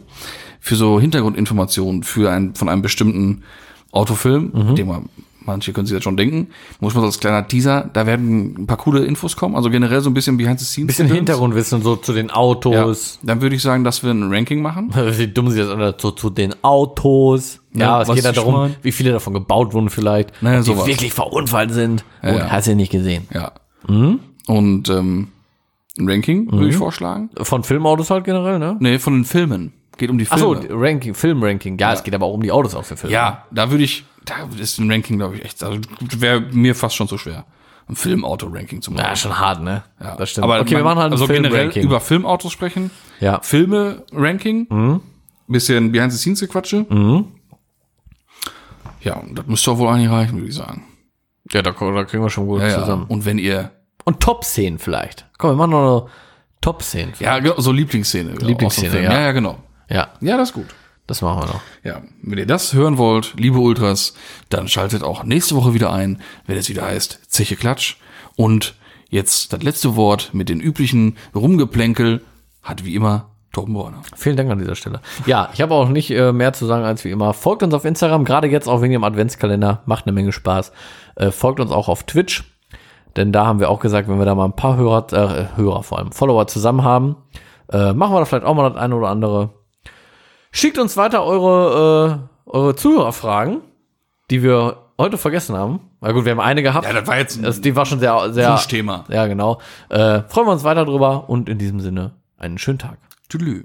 Speaker 1: für so Hintergrundinformationen für ein, von einem bestimmten Autofilm, den man, manche können sich das schon denken. Muss man so als kleiner Teaser, da werden ein paar coole Infos kommen. Also generell so ein bisschen behind the scenes.
Speaker 2: Bisschen Hintergrundwissen so zu den Autos.
Speaker 1: Ja, dann würde ich sagen, dass wir ein Ranking machen.
Speaker 2: Wie dumm sie das an zu, zu den Autos. Ja,
Speaker 1: Ja,
Speaker 2: es
Speaker 1: was
Speaker 2: geht ja
Speaker 1: ich
Speaker 2: darum,
Speaker 1: meine.
Speaker 2: wie viele davon gebaut wurden vielleicht.
Speaker 1: Naja,
Speaker 2: ob die
Speaker 1: sowas.
Speaker 2: wirklich verunfallt sind. und
Speaker 1: ja.
Speaker 2: hast du nicht gesehen.
Speaker 1: Ja. Und ähm, ein Ranking würde ich vorschlagen.
Speaker 2: Von Filmautos halt generell, ne?
Speaker 1: Nee, von den Filmen. Geht um die Filme.
Speaker 2: Achso, Ranking, Filmranking. Ja, es geht aber auch um die Autos auf den Film.
Speaker 1: Ja, da würde ich, da ist ein Ranking, glaube ich, echt, also wäre mir fast schon zu schwer. Ein Filmauto-Ranking zu machen.
Speaker 2: Ja, schon hart, ne?
Speaker 1: Ja.
Speaker 2: Das stimmt.
Speaker 1: Aber
Speaker 2: okay, wir
Speaker 1: man-
Speaker 2: machen halt ein
Speaker 1: also generell
Speaker 2: Filmranking.
Speaker 1: über Filmautos sprechen,
Speaker 2: ja.
Speaker 1: Filme-Ranking,
Speaker 2: Mhm.
Speaker 1: bisschen Behind-the-Scenes-Gequatsche. Ja, und das müsste doch wohl eigentlich reichen, würde ich sagen.
Speaker 2: ja, da, ko- da kriegen wir schon gut
Speaker 1: Ja, ja.
Speaker 2: zusammen.
Speaker 1: Und wenn ihr,
Speaker 2: Und Top-Szenen vielleicht. Komm, wir machen noch eine Top-Szenen.
Speaker 1: ja, ge- so Lieblingsszene.
Speaker 2: Lieblingsszene,
Speaker 1: ja.
Speaker 2: ja.
Speaker 1: Ja, ja, genau.
Speaker 2: ja.
Speaker 1: Ja, das ist gut.
Speaker 2: Das machen wir noch.
Speaker 1: Ja, wenn ihr das hören wollt, liebe Ultras, dann schaltet auch nächste Woche wieder ein, wenn es wieder heißt Zeche Klatsch. Und jetzt das letzte Wort mit den üblichen Rumgeplänkel hat wie immer Torben Borner.
Speaker 2: Vielen Dank an dieser Stelle. Ja, ich habe auch nicht äh, mehr zu sagen als wie immer. Folgt uns auf Instagram, gerade jetzt auch wegen dem Adventskalender. Macht eine Menge Spaß. Äh, folgt uns auch auf Twitch, denn da haben wir auch gesagt, wenn wir da mal ein paar Hörer, äh, Hörer vor allem, Follower zusammen haben, äh, machen wir da vielleicht auch mal das eine oder andere. Schickt uns weiter eure, äh, eure Zuhörerfragen, die wir heute vergessen haben. Na gut, wir haben eine gehabt.
Speaker 1: das war jetzt
Speaker 2: Das, die war schon sehr, sehr.
Speaker 1: Wunschthema.
Speaker 2: Ja, genau. Äh, freuen wir uns weiter drüber und in diesem Sinne einen schönen Tag.
Speaker 1: Tüdelü.